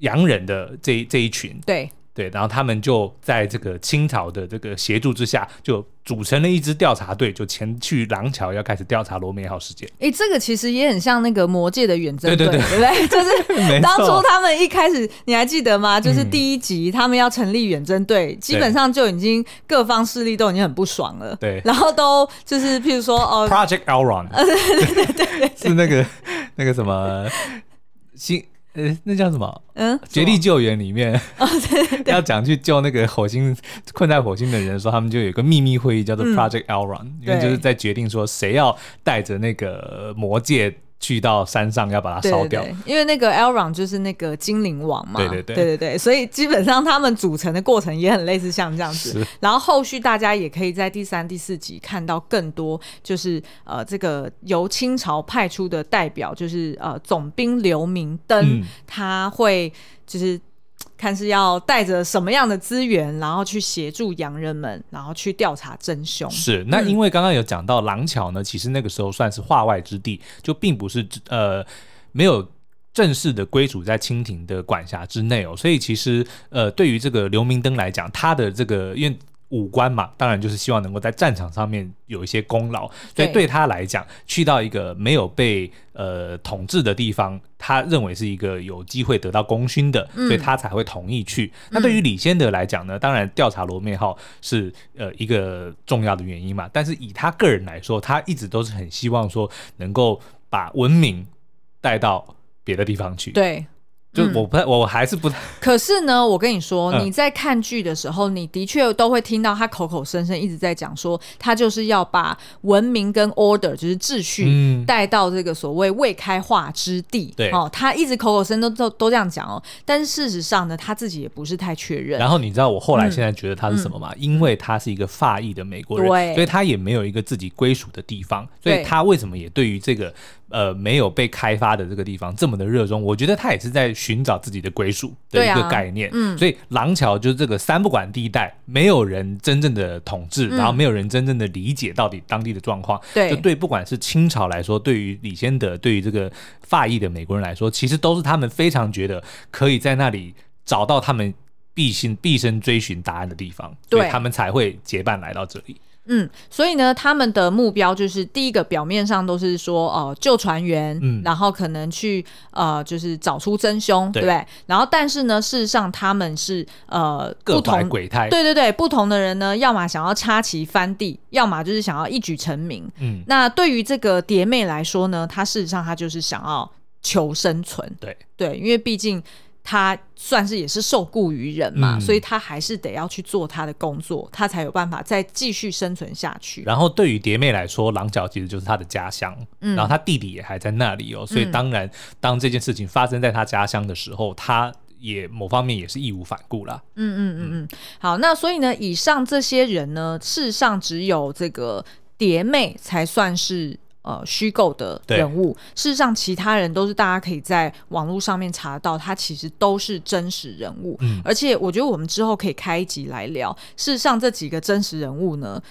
[SPEAKER 2] 洋人的这一这一群，
[SPEAKER 1] 对，
[SPEAKER 2] 对，然后他们就在这个清朝的这个协助之下，就组成了一支调查队，就前去廊桥要开始调查罗美好事件。
[SPEAKER 1] 哎，这个其实也很像那个《魔界的远征队》，
[SPEAKER 2] 对对
[SPEAKER 1] 不对？ 就是
[SPEAKER 2] 没
[SPEAKER 1] 当初
[SPEAKER 2] 错，
[SPEAKER 1] 他们一开始，你还记得吗？就是第一集他们要成立远征队，基本上就已经各方势力都已经很不爽了，
[SPEAKER 2] 对
[SPEAKER 1] 然后都就是譬如说哦，
[SPEAKER 2] Project Elron，是那个那个什么新呃，那叫什么？
[SPEAKER 1] 嗯，
[SPEAKER 2] 《绝地救援》里面，
[SPEAKER 1] 哦
[SPEAKER 2] 要讲去救那个火星困在火星的人的时候，他们就有一个秘密会议叫做 Project Elron，、因为
[SPEAKER 1] 嗯对
[SPEAKER 2] 就是在决定说谁要带着那个魔戒去到山上，要把它
[SPEAKER 1] 对
[SPEAKER 2] 烧
[SPEAKER 1] 对
[SPEAKER 2] 掉。
[SPEAKER 1] 对，因为那个 Elron 就是那个精灵王嘛，
[SPEAKER 2] 对对对
[SPEAKER 1] 对所以基本上他们组成的过程也很类似像这样
[SPEAKER 2] 是
[SPEAKER 1] 子。然后后续大家也可以在第三、第四集看到更多，就是呃，这个由清朝派出的代表，就是呃总兵刘明灯，
[SPEAKER 2] 嗯
[SPEAKER 1] 他会就是。看是要带着什么样的资源，然后去协助洋人们，然后去调查真凶。
[SPEAKER 2] 是，那因为刚刚有讲到廊桥呢，其实那个时候算是化外之地，就并不是呃没有。正式的归属在清廷的管辖之内哦，所以其实呃，对于这个刘明灯来讲，他的这个因为武官嘛，当然就是希望能够在战场上面有一些功劳，所以
[SPEAKER 1] 对
[SPEAKER 2] 对他来讲，去到一个没有被呃统治的地方，他认为是一个有机会得到功勋的，所以他才会同意去。那对于李先德来讲呢，当然调查罗妹号是呃一个重要的原因嘛，但是以他个人来说，他一直都是很希望说能够把文明带到别的地方去。，
[SPEAKER 1] 对，
[SPEAKER 2] 就我不太，我还是不太
[SPEAKER 1] 可是呢，我跟你说，
[SPEAKER 2] 嗯
[SPEAKER 1] 你在看剧的时候，你的确都会听到他口口声声一直在讲说，他就是要把文明跟 order 就是秩序。
[SPEAKER 2] 嗯，
[SPEAKER 1] 带到这个所谓未开化之地，
[SPEAKER 2] 对
[SPEAKER 1] 哦，他一直口口声声都都都这样讲哦，但是事实上呢，他自己也不是太确认嗯
[SPEAKER 2] 然，后你知道我后来现在觉得他是什么吗？因为他是一个法裔的美国人，
[SPEAKER 1] 对
[SPEAKER 2] 所以他也没有一个自己归属的地方，所以
[SPEAKER 1] 对
[SPEAKER 2] 他为什么也对于这个呃没有被开发的这个地方这么的热衷？我觉得他也是在寻找自己的归属的
[SPEAKER 1] 对
[SPEAKER 2] 一
[SPEAKER 1] 啊
[SPEAKER 2] 个概念。嗯，所以廊桥就是这个三不管地带，没有人真正的统治，
[SPEAKER 1] 嗯
[SPEAKER 2] 然后没有人真正的理解到底当地的状况。
[SPEAKER 1] 对
[SPEAKER 2] 就对，不管是清朝来说，对于李先德，对于这个法裔的美国人来说，其实都是他们非常觉得可以在那里找到他们毕生毕生追寻答案的地方，
[SPEAKER 1] 对
[SPEAKER 2] 所以他们才会结伴来到这里。
[SPEAKER 1] 嗯，所以呢，他们的目标就是第一个，表面上都是说呃救船员，
[SPEAKER 2] 嗯
[SPEAKER 1] 然后可能去呃就是找出真凶，对
[SPEAKER 2] 对
[SPEAKER 1] 不对？然后但是呢，事实上他们是呃
[SPEAKER 2] 各
[SPEAKER 1] 不
[SPEAKER 2] 怀
[SPEAKER 1] 同
[SPEAKER 2] 鬼胎，
[SPEAKER 1] 对对对，不同的人呢，要么想要插旗翻地，要么就是想要一举成名。
[SPEAKER 2] 嗯，
[SPEAKER 1] 那对于这个蝶妹来说呢，她事实上她就是想要求生存。
[SPEAKER 2] 对
[SPEAKER 1] 对，因为毕竟他算是也是受雇于人嘛，
[SPEAKER 2] 嗯
[SPEAKER 1] 所以他还是得要去做他的工作，他才有办法再继续生存下去。
[SPEAKER 2] 然后对于蝶妹来说，廊角其实就是她的家乡，
[SPEAKER 1] 嗯
[SPEAKER 2] 然后她弟弟也还在那里哦，所以当然，当这件事情发生在她家乡的时候，她也某方面也是义无反顾啦。
[SPEAKER 1] 嗯好，那所以呢，以上这些人呢，事实上只有这个蝶妹才算是。呃，虚构的
[SPEAKER 2] 对
[SPEAKER 1] 人物，事实上，其他人都是大家可以在网络上面查到，他其实都是真实人物。
[SPEAKER 2] 嗯
[SPEAKER 1] 而且我觉得我们之后可以开一集来聊，事实上这几个真实人物呢，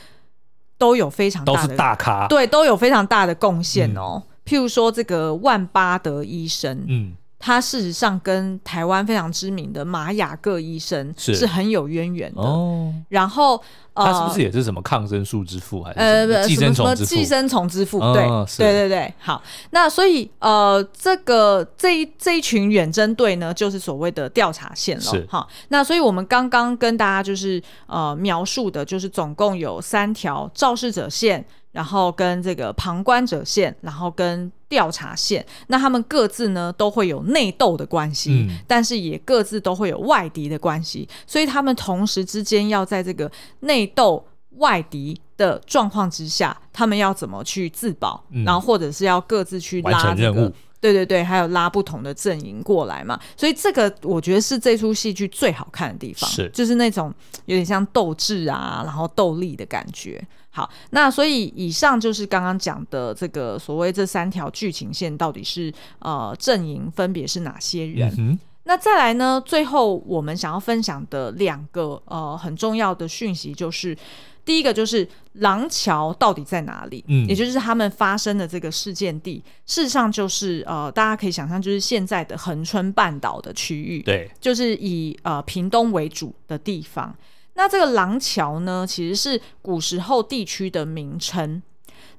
[SPEAKER 1] 都有非常
[SPEAKER 2] 都
[SPEAKER 1] 大
[SPEAKER 2] 是
[SPEAKER 1] 的
[SPEAKER 2] 大咖，
[SPEAKER 1] 对，都有非常大的贡献哦。譬如说，这个万巴德医生，
[SPEAKER 2] 嗯，
[SPEAKER 1] 他事实上跟台湾非常知名的马雅各医生
[SPEAKER 2] 是
[SPEAKER 1] 很有渊源的。
[SPEAKER 2] 哦，
[SPEAKER 1] 然后，呃，
[SPEAKER 2] 她是不是也是什么抗生素之父还是
[SPEAKER 1] 呃，
[SPEAKER 2] 什么
[SPEAKER 1] 不
[SPEAKER 2] 寄
[SPEAKER 1] 什
[SPEAKER 2] 生
[SPEAKER 1] 么什
[SPEAKER 2] 虫
[SPEAKER 1] 么
[SPEAKER 2] 之父
[SPEAKER 1] 寄？生虫之父，
[SPEAKER 2] 嗯
[SPEAKER 1] 对
[SPEAKER 2] 是
[SPEAKER 1] 对对对，好，那所以呃，这个这一这一群远征队呢，就是所谓的调查线了
[SPEAKER 2] 是，
[SPEAKER 1] 哈。那所以我们刚刚跟大家就是呃描述的，就是总共有三条肇事者线，然后跟这个旁观者线，然后跟调查线，那他们各自呢都会有内斗的关系，
[SPEAKER 2] 嗯
[SPEAKER 1] 但是也各自都会有外敌的关系，所以他们同时之间要在这个内斗外敌的状况之下，他们要怎么去自保，
[SPEAKER 2] 嗯
[SPEAKER 1] 然后或者是要各自去
[SPEAKER 2] 完
[SPEAKER 1] 拉、
[SPEAKER 2] 成
[SPEAKER 1] 这个、
[SPEAKER 2] 任务，
[SPEAKER 1] 对对对，还有拉不同的阵营过来嘛，所以这个我觉得是这出戏剧最好看的地方，
[SPEAKER 2] 是
[SPEAKER 1] 就是那种有点像斗志啊，然后斗力的感觉。好，那所以以上就是刚刚讲的这个所谓这三条剧情线到底是呃阵营分别是哪些人
[SPEAKER 2] 嗯？哼，
[SPEAKER 1] 那再来呢？最后我们想要分享的两个呃很重要的讯息就是，第一个就是廊桥到底在哪里？
[SPEAKER 2] 嗯
[SPEAKER 1] 也就是他们发生的这个事件地，事实上就是呃大家可以想象，就是现在的恒春半岛的区域，
[SPEAKER 2] 对，
[SPEAKER 1] 就是以呃屏东为主的地方。那这个廊桥呢，其实是古时候地区的名称。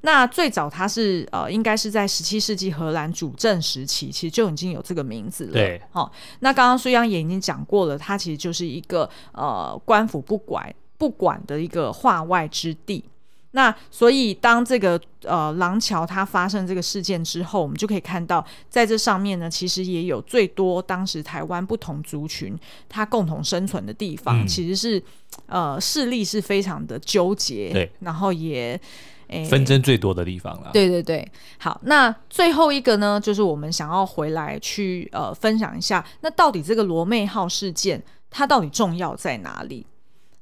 [SPEAKER 1] 那最早它是呃，应该是在十七世纪荷兰主政时期，其实就已经有这个名字了。
[SPEAKER 2] 对，
[SPEAKER 1] 好、那刚刚苏央也已经讲过了，它其实就是一个呃官府不管不管的一个化外之地。那所以，当这个呃廊桥它发生这个事件之后，我们就可以看到，在这上面呢，其实也有最多当时台湾不同族群它共同生存的地方，
[SPEAKER 2] 嗯
[SPEAKER 1] 其实是呃势力是非常的纠结，
[SPEAKER 2] 对，
[SPEAKER 1] 然后也诶
[SPEAKER 2] 纷争最多的地方了。
[SPEAKER 1] 对对对，好，那最后一个呢，就是我们想要回来去呃分享一下，那到底这个罗妹号事件它到底重要在哪里？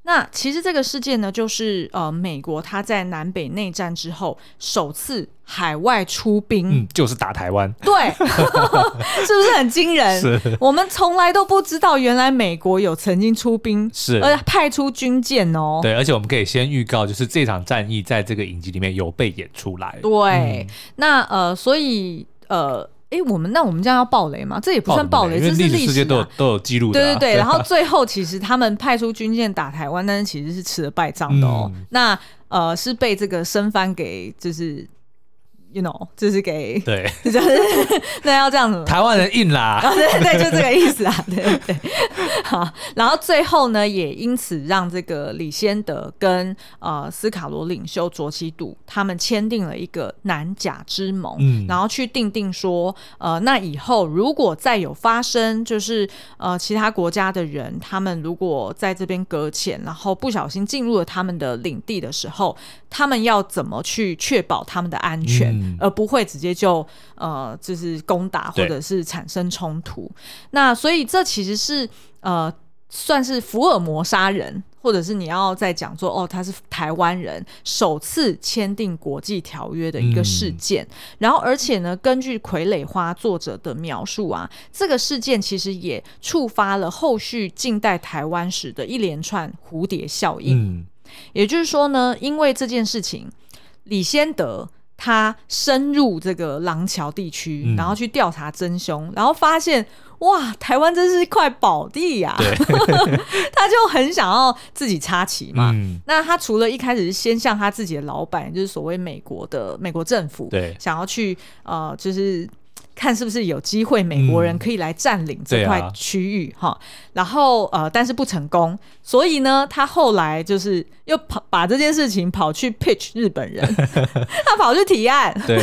[SPEAKER 1] 那其实这个事件呢，就是呃美国它在南北内战之后首次海外出兵，
[SPEAKER 2] 嗯，就是打台湾，
[SPEAKER 1] 对，是不是很惊 人？我们从来都不知道，原来美国有曾经出兵，
[SPEAKER 2] 是
[SPEAKER 1] 而派出军舰哦。
[SPEAKER 2] 对，而且我们可以先预告，就是这场战役在这个影集里面有被演出来。哦
[SPEAKER 1] 对，
[SPEAKER 2] 嗯
[SPEAKER 1] 那呃，所以呃，诶，我们那我们这样要爆雷吗？这也不算
[SPEAKER 2] 爆
[SPEAKER 1] 爆
[SPEAKER 2] 了
[SPEAKER 1] 雷，
[SPEAKER 2] 因为
[SPEAKER 1] 这是
[SPEAKER 2] 历史
[SPEAKER 1] 历
[SPEAKER 2] 世
[SPEAKER 1] 史
[SPEAKER 2] 界
[SPEAKER 1] 啊
[SPEAKER 2] 都有都有记录的
[SPEAKER 1] 对
[SPEAKER 2] 啊、
[SPEAKER 1] 对 对，然后最后其实他们派出军舰打台湾，但是其实是吃了败仗的哦。
[SPEAKER 2] 嗯
[SPEAKER 1] 那呃是被这个生番给就是，you know，就是给
[SPEAKER 2] 对
[SPEAKER 1] 就是 那要这样子吗
[SPEAKER 2] 台湾人硬啦，
[SPEAKER 1] 啊，对 对，就这个意思啊， 对对对。好，然后最后呢，也因此让这个李先德跟呃斯卡罗领袖卓奇笃他们签订了一个南甲之盟，
[SPEAKER 2] 嗯
[SPEAKER 1] 然后去定定说，呃，那以后如果再有发生，就是呃其他国家的人，他们如果在这边搁浅，然后不小心进入了他们的领地的时候，他们要怎么去确保他们的安全，
[SPEAKER 2] 嗯
[SPEAKER 1] 而不会直接就呃就是攻打或
[SPEAKER 2] 对
[SPEAKER 1] 者是产生冲突。那所以这其实是呃算是福尔摩沙人。或者是你要再讲说哦，他是台湾人，首次签订国际条约的一个事件。然后，而且呢，根据《傀儡花》作者的描述啊，这个事件其实也触发了后续近代台湾史的一连串蝴蝶效应。
[SPEAKER 2] 嗯，
[SPEAKER 1] 也就是说呢，因为这件事情，李先德他深入这个廊桥地区，
[SPEAKER 2] 嗯
[SPEAKER 1] 然后去调查真凶，然后发现哇，台湾真是一块宝地呀、 他就很想要自己插旗嘛。
[SPEAKER 2] 嗯，
[SPEAKER 1] 那他除了一开始是先向他自己的老板，就是所谓美国的美国政府，
[SPEAKER 2] 对
[SPEAKER 1] 想要去呃，就是看是不是有机会美国人
[SPEAKER 2] 嗯
[SPEAKER 1] 可以来占领这
[SPEAKER 2] 对啊
[SPEAKER 1] 块区域哈、然后呃，但是不成功，所以呢，他后来就是 又跑把这件事情跑去 pitch 日本人，他跑去提案，
[SPEAKER 2] 对，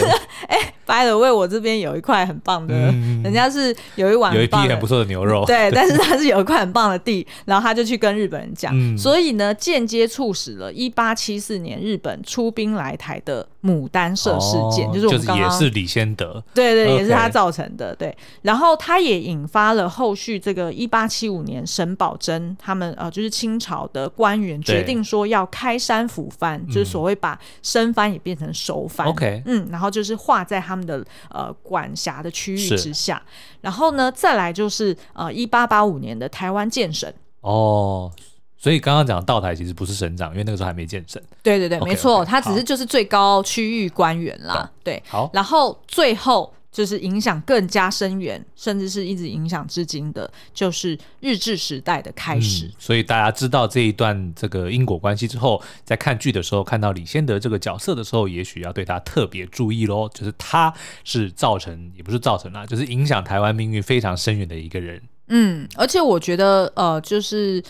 [SPEAKER 1] by the way，我这边有一块很棒的，
[SPEAKER 2] 嗯
[SPEAKER 1] 人家是有一碗
[SPEAKER 2] 有一
[SPEAKER 1] 很
[SPEAKER 2] 批
[SPEAKER 1] 棒的
[SPEAKER 2] 很不错的牛肉，
[SPEAKER 1] 对，但是他是有一块很棒的地，然后他就去跟日本人讲，
[SPEAKER 2] 嗯
[SPEAKER 1] 所以呢，间接促使了1874年日本出兵来台的牡丹社事件，
[SPEAKER 2] 哦
[SPEAKER 1] 就是我
[SPEAKER 2] 就
[SPEAKER 1] 们
[SPEAKER 2] 是
[SPEAKER 1] 刚
[SPEAKER 2] 也
[SPEAKER 1] 刚
[SPEAKER 2] 是李先德，
[SPEAKER 1] 对对，也是
[SPEAKER 2] OK
[SPEAKER 1] 他造成的。对，然后他也引发了后续这个一八七五年沈葆桢他们呃，就是清朝的官员
[SPEAKER 2] 对嗯
[SPEAKER 1] 决定说要开山抚番，就是所谓把生番也变成熟番。
[SPEAKER 2] OK
[SPEAKER 1] 嗯，然后就是划在他们的呃管辖的区域
[SPEAKER 2] 是
[SPEAKER 1] 之下。然后呢，再来就是呃一八八五年的台湾建省。
[SPEAKER 2] 哦，所以刚刚讲道台其实不是省长，因为那个时候还没建省。
[SPEAKER 1] 对对对
[SPEAKER 2] OK，
[SPEAKER 1] 没错
[SPEAKER 2] OK，
[SPEAKER 1] 他只
[SPEAKER 2] 好
[SPEAKER 1] 是就是最高区域官员啦。对，
[SPEAKER 2] 好，
[SPEAKER 1] 然后最后就是影响更加深远，甚至是一直影响至今的，就是日治时代的开始。
[SPEAKER 2] 嗯。所以大家知道这一段这个因果关系之后，在看剧的时候看到李先德这个角色的时候，也许要对他特别注意喽。就是他是造成，也不是造成啦，就是影响台湾命运非常深远的一个人。
[SPEAKER 1] 嗯而且我觉得，呃，就是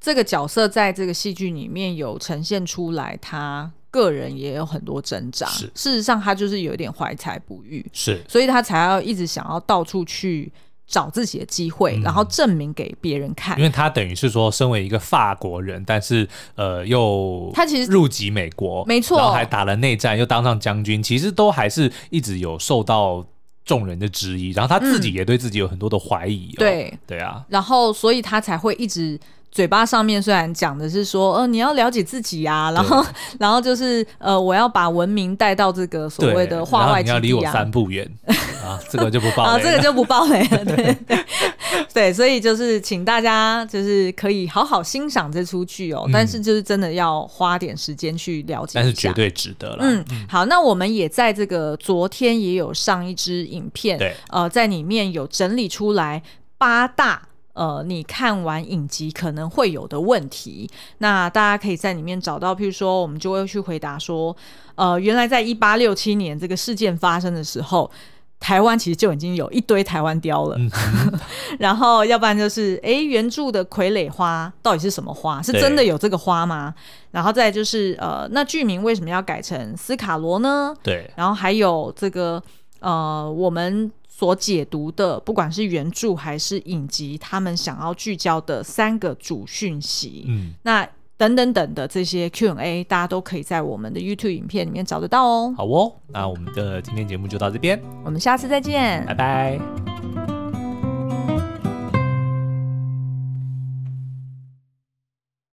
[SPEAKER 1] 这个角色在这个戏剧里面有呈现出来，他个人也有很多挣扎。
[SPEAKER 2] 是
[SPEAKER 1] 事实上，他就是有一点怀才不遇，
[SPEAKER 2] 是，
[SPEAKER 1] 所以他才要一直想要到处去。找自己的机会，
[SPEAKER 2] 嗯
[SPEAKER 1] 然后证明给别人看
[SPEAKER 2] 因。为他等于是说，身为一个法国人，但是呃又
[SPEAKER 1] 他其实
[SPEAKER 2] 入籍美国，
[SPEAKER 1] 没错
[SPEAKER 2] 然后还打了内战，又当上将军，其实都还是一直有受到众人的质疑，然后他自己也对自己有很多的怀疑、
[SPEAKER 1] 嗯
[SPEAKER 2] 哦
[SPEAKER 1] 对，
[SPEAKER 2] 对啊，
[SPEAKER 1] 然后所以他才会一直嘴巴上面虽然讲的是说，呃，你要了解自己啊，然后然后就是呃，我要把文明带到这个所
[SPEAKER 2] 对
[SPEAKER 1] 谓的化
[SPEAKER 2] 然后
[SPEAKER 1] 外
[SPEAKER 2] 你
[SPEAKER 1] 之
[SPEAKER 2] 要离
[SPEAKER 1] 地
[SPEAKER 2] 我
[SPEAKER 1] 啊
[SPEAKER 2] 三。步远 啊，这个就不报
[SPEAKER 1] 啊，
[SPEAKER 2] 雷
[SPEAKER 1] 这个
[SPEAKER 2] 了。
[SPEAKER 1] 就不爆雷 了，对对对，所以就是请大家就是可以好好欣赏这出剧哦，但是就是真的要花点时间去了解一下，
[SPEAKER 2] 嗯但是绝对值得了。
[SPEAKER 1] 嗯，好，那我们也在这个昨天也有上一支影片
[SPEAKER 2] 对，
[SPEAKER 1] 呃，在里面有整理出来八大。呃，你看完影集可能会有的问题，那大家可以在里面找到，譬如说，我们就会去回答说，呃，原来在一八六七年这个事件发生的时候，台湾其实就已经有一堆台湾雕了， 然后要不然就是，诶，原著的傀儡花到底是什么花？是
[SPEAKER 2] 对
[SPEAKER 1] 真的有这个花吗？然后再来就是，呃，那剧名为什么要改成斯卡罗呢？
[SPEAKER 2] 对，
[SPEAKER 1] 然后还有这个，呃，我们所解读的，不管是原著还是影集，他们想要聚焦的三个主讯息，
[SPEAKER 2] 嗯，
[SPEAKER 1] 那等等等的这些 Q&A，大家都可以在我们的 YouTube 影片里面找得到哦。嗯
[SPEAKER 2] 好哦，那我们的今天节目就到这边，
[SPEAKER 1] 我们下次再见，
[SPEAKER 2] 拜拜。